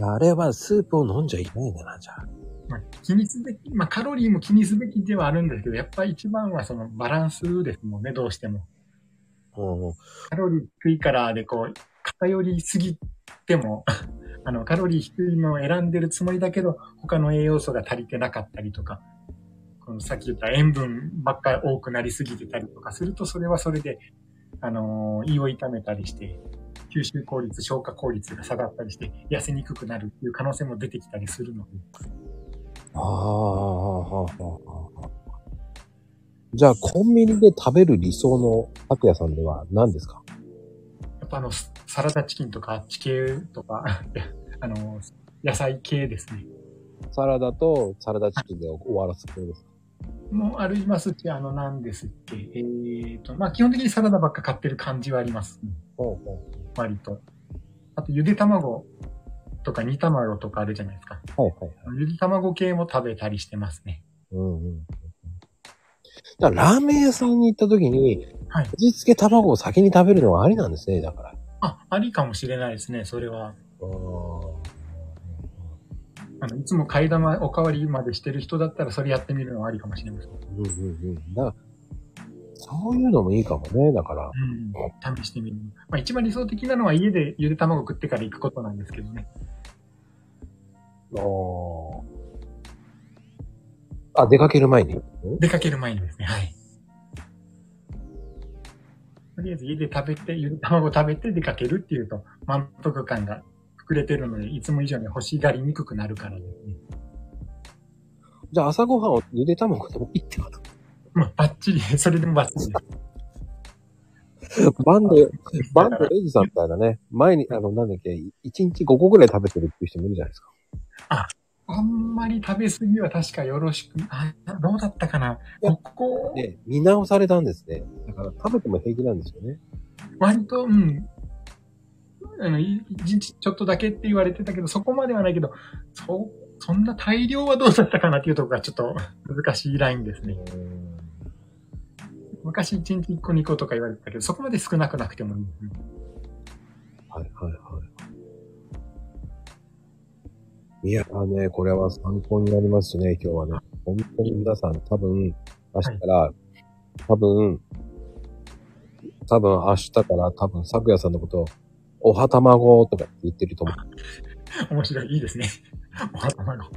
あれはスープを飲んじゃいけないんだな、じゃあ。まあ、気にすべき、まあ、カロリーも気にすべきではあるんですけど、やっぱり一番はそのバランスですもんね、どうしても。うんうんカロリー低いからでこう、偏りすぎても、 あの、カロリー低いのを選んでるつもりだけど、他の栄養素が足りてなかったりとか、このさっき言った塩分ばっかり多くなりすぎてたりとかすると、それはそれで、あのー胃を痛めたりして、吸収効率、消化効率が下がったりして、痩せにくくなるっていう可能性も出てきたりするので、あーあー、あーあーあーじゃあ、コンビニで食べる理想の拓也さんでは何ですかやっぱあの、スサラダチキンとか、あっち系とか、 あの、野菜系ですね。サラダとサラダチキンで終わらせてるですかもありますし、あの、なんですっけ。えー、と、まあ、基本的にサラダばっか買ってる感じはあります。ほうほ割と。あと、ゆで卵とか煮卵とかあるじゃないですか。う。はいはい。ゆで卵系も食べたりしてますね。うんうんうんうん。だからラーメン屋さんに行った時に、はい味付け卵を先に食べるのはありなんですね、だから。あ、ありかもしれないですね、それは。あの、いつも替え玉おかわりまでしてる人だったら、それやってみるのはありかもしれません。うんうんうん。だから、そういうのもいいかもね、だから。うん。試してみる。まあ、一番理想的なのは家でゆで卵食ってから行くことなんですけどね。あ、出かける前に。うん出かける前にですね、はい。とりあえず家で食べて、ゆで卵食べて出かけるっていうと、満腹感が膨れてるので、いつも以上に欲しがりにくくなるからですね。じゃあ朝ごはんをゆで卵でもいいってことまあ、バッチリ、 それでもバッチリです。バンド、バンドエイジさんみたいなね、前に、あの、なんだっけ、1日5個ぐらい食べてるっていう人もいるじゃないですか。あんまり食べ過ぎは確かよろしく、あ、どうだったかな。いやここ、で、見直されたんですね。だから食べても平気なんですよね。割と、うん。あの、い一日ちょっとだけって言われてたけど、そこまではないけど、そ、そんな大量はどうだったかなっていうところがちょっと難しいラインですね。昔1日1個2個とか言われてたけど、そこまで少なくなくてもいい ですね。はいはいはい。いやーね、これは参考になりますね、今日はね。本当に皆さん、多分、明日から、多分、多分明日から多分、咲夜さんのことを、おはたまごとかって言ってると思う。面白い。いいですね。 お頭が。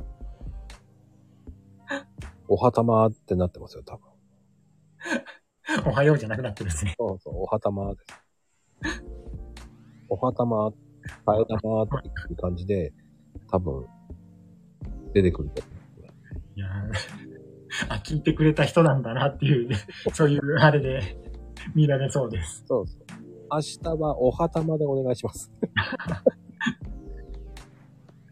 おはたまってなってますよ、多分。おはようじゃなくなってるですね。そうそう、おはたまです。おはたま、替え玉っていう感じで、多分、出てくると思う。いやーあ、聞いてくれた人なんだなっていう、そういうあれで見られそうです。そうそう。明日はお旗までお願いします。挨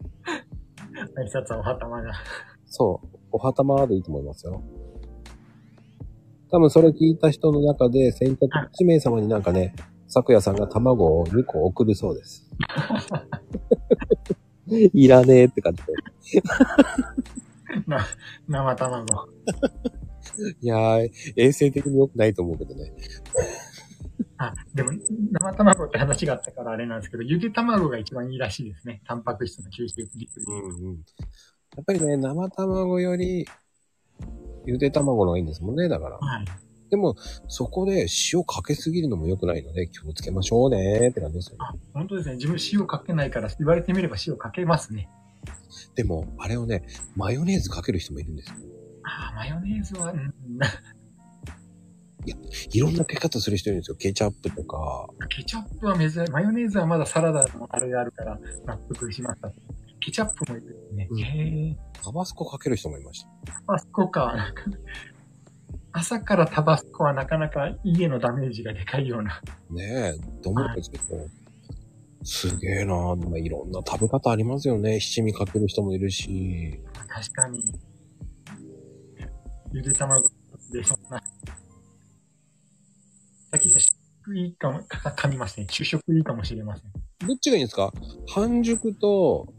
拶はお頭が。そう。お旗までいいと思いますよ。多分それ聞いた人の中で選択1名様になんかね、昨夜さんが卵を2個送るそう です。いらねえって感じで。な生卵。いやー、衛生的に良くないと思うけどね。あ、でも、生卵って話があったからあれなんですけど、ゆで卵が一番いいらしいですね。タンパク質の吸収率。んうん。やっぱりね、生卵より、ゆで卵の方がいいんですもんね、だから。はい。でも、そこで塩かけすぎるのも良くないので、気をつけましょうねーって感じですよね。あ、本当ですね。自分塩かけないから、言われてみれば塩かけますね。でも、あれをね、マヨネーズかける人もいるんですよ。あー、マヨネーズは、うん、いろんなかけ方する人いるんですよ。ケチャップとか。ケチャップは珍しい。マヨネーズはまだサラダのあれがあるから納得しました。ケチャップもいるんですうんね。へえ。タバスコかける人もいました。タバスコか。朝からタバスコはなかなか家のダメージがでかいような。ねえ、と思ったんですけど。すげえなぁ。まあいろんな食べ方ありますよね。七味かける人もいるし。確かに。ゆで卵でそんな。さっき言った主食いいかも、か噛みましたね。主食いいかもしれません。どっちがいいんですか半熟と、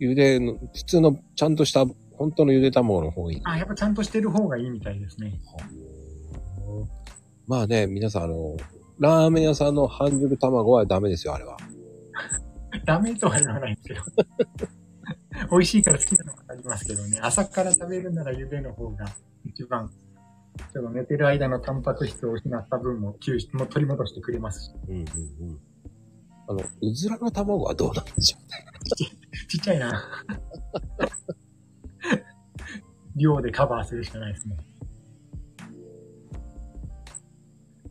茹での、普通のちゃんとした、本当の茹で卵の方がいい。あ、やっぱちゃんとしてる方がいいみたいですね。まあね、皆さんあの、ラーメン屋さんの半熟卵はダメですよ、あれは。ダメとは言わないんですけど。 美味しいから好きなのはありますけどね。朝から食べるなら茹での方が一番、ちょっと寝てる間のタンパク質を失った分も吸収も取り戻してくれますし。うんうんうん。あの、うずらの卵はどうなんでしょちっちゃいな。 量でカバーするしかないですね。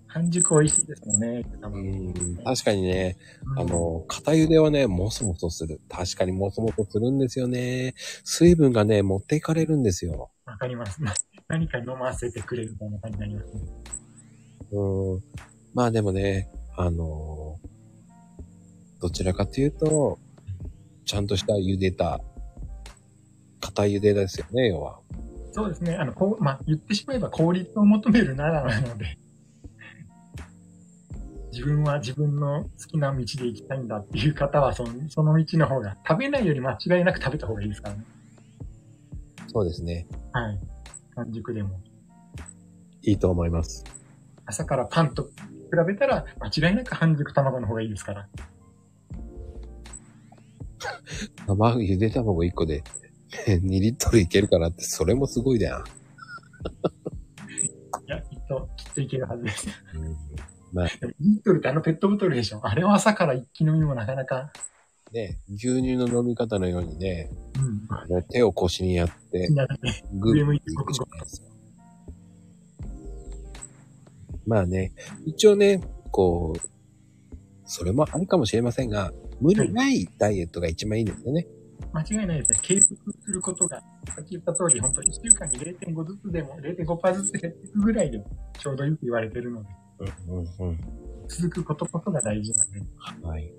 半熟美味しいですよね。多う分ん確かにね、あ、の、片茹ではね、もそもそする。確かにもそもそするんですよね。水分がね、持っていかれるんですよ。わかります。 何か飲ませてくれるみたいな感じになりますね。うん。まあでもね、あのーどちらかというと、ちゃんとした茹でた、片茹でですよね、要は。そうですね。あの、こう、まあ、言ってしまえば効率を求めるならなので、 自分は自分の好きな道で行きたいんだっていう方はその、その道の方が、食べないより間違いなく食べた方がいいですからね。そうですね。はい。半熟でも。いいと思います。朝からパンと比べたら、間違いなく半熟卵の方がいいですから。生茹で卵1個で 2リットルいけるからって、それもすごいだよ。いや、きっと、きっといけるはずです。 うんでも、2リットルってあのペットボトルでしょ。あれは朝から一気飲みもなかなか。ね、牛乳の飲み方のようにね、うん。あの手を腰にやって気に、なるねグーグー行くじゃないですか。まあね、一応ね、こう、それもあるかもしれませんが、無理ないダイエットが一番いいですよね。間違いないですね。継続することが、さっき言った通り、本当に1週間に0.5ずつでも、0.5%ずつ減っていくぐらいでもちょうどいいと言われてるので、うんうん続くことこそが大事なんで、はい。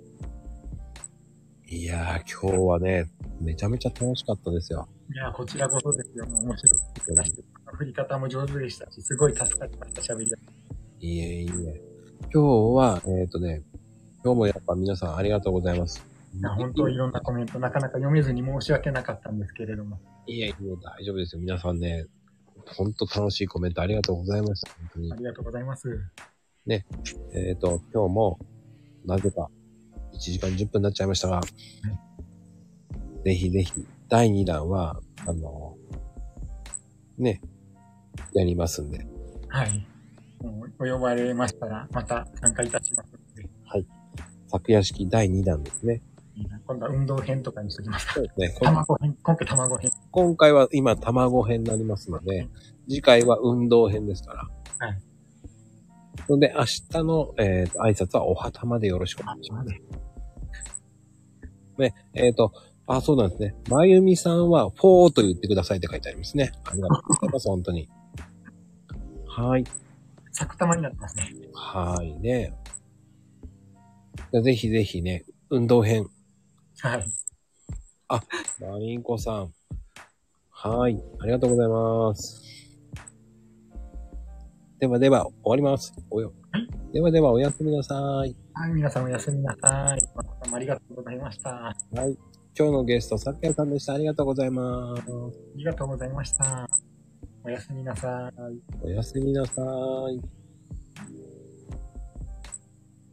いやー、今日はね、めちゃめちゃ楽しかったですよ。いやー、こちらこそですよ。もう面白い話で振り方も上手でしたし、すごい助かりました、喋りが。いえいえ。今日は、えっ、とね、今日もやっぱ皆さんありがとうございます。いや本当いろんなコメント、なかなか読めずに申し訳なかったんですけれども、いやいや、大丈夫ですよ。皆さんね、ほんと楽しいコメントありがとうございました。本当にあ。りがとうございます。えっ、と、今日も、なぜか、1時間10分になっちゃいましたが、ぜひぜひ、第2弾は、あの、ね、やりますんで。はい。もうお呼ばれましたら、また参加いたしますので、昨夜式第2弾ですね。今度は運動編とかにしときます。そうですね。こん卵編、今回卵編。今回は今、卵編になりますので、次回は運動編ですから。はい。それで、明日の、えーと挨拶はおはたまでよろしくお願いします。ね、えっ、と、あ、そうなんですね。まゆみさんは、フォーと言ってくださいって書いてありますね。ありがとうございます、本当に。はい。作玉になってますね。はいね。ぜひぜひね、運動編。はい。マリンコさん。はい。ありがとうございます。ではでは、終わります。およ。ではでは、おやすみなさい。はい、皆さんおやすみなさい。またもありがとうございました。あはい。今日のゲスト、さくやさんでした。ありがとうございます。りがとうございました。おやすみなさい。おやすみなさい。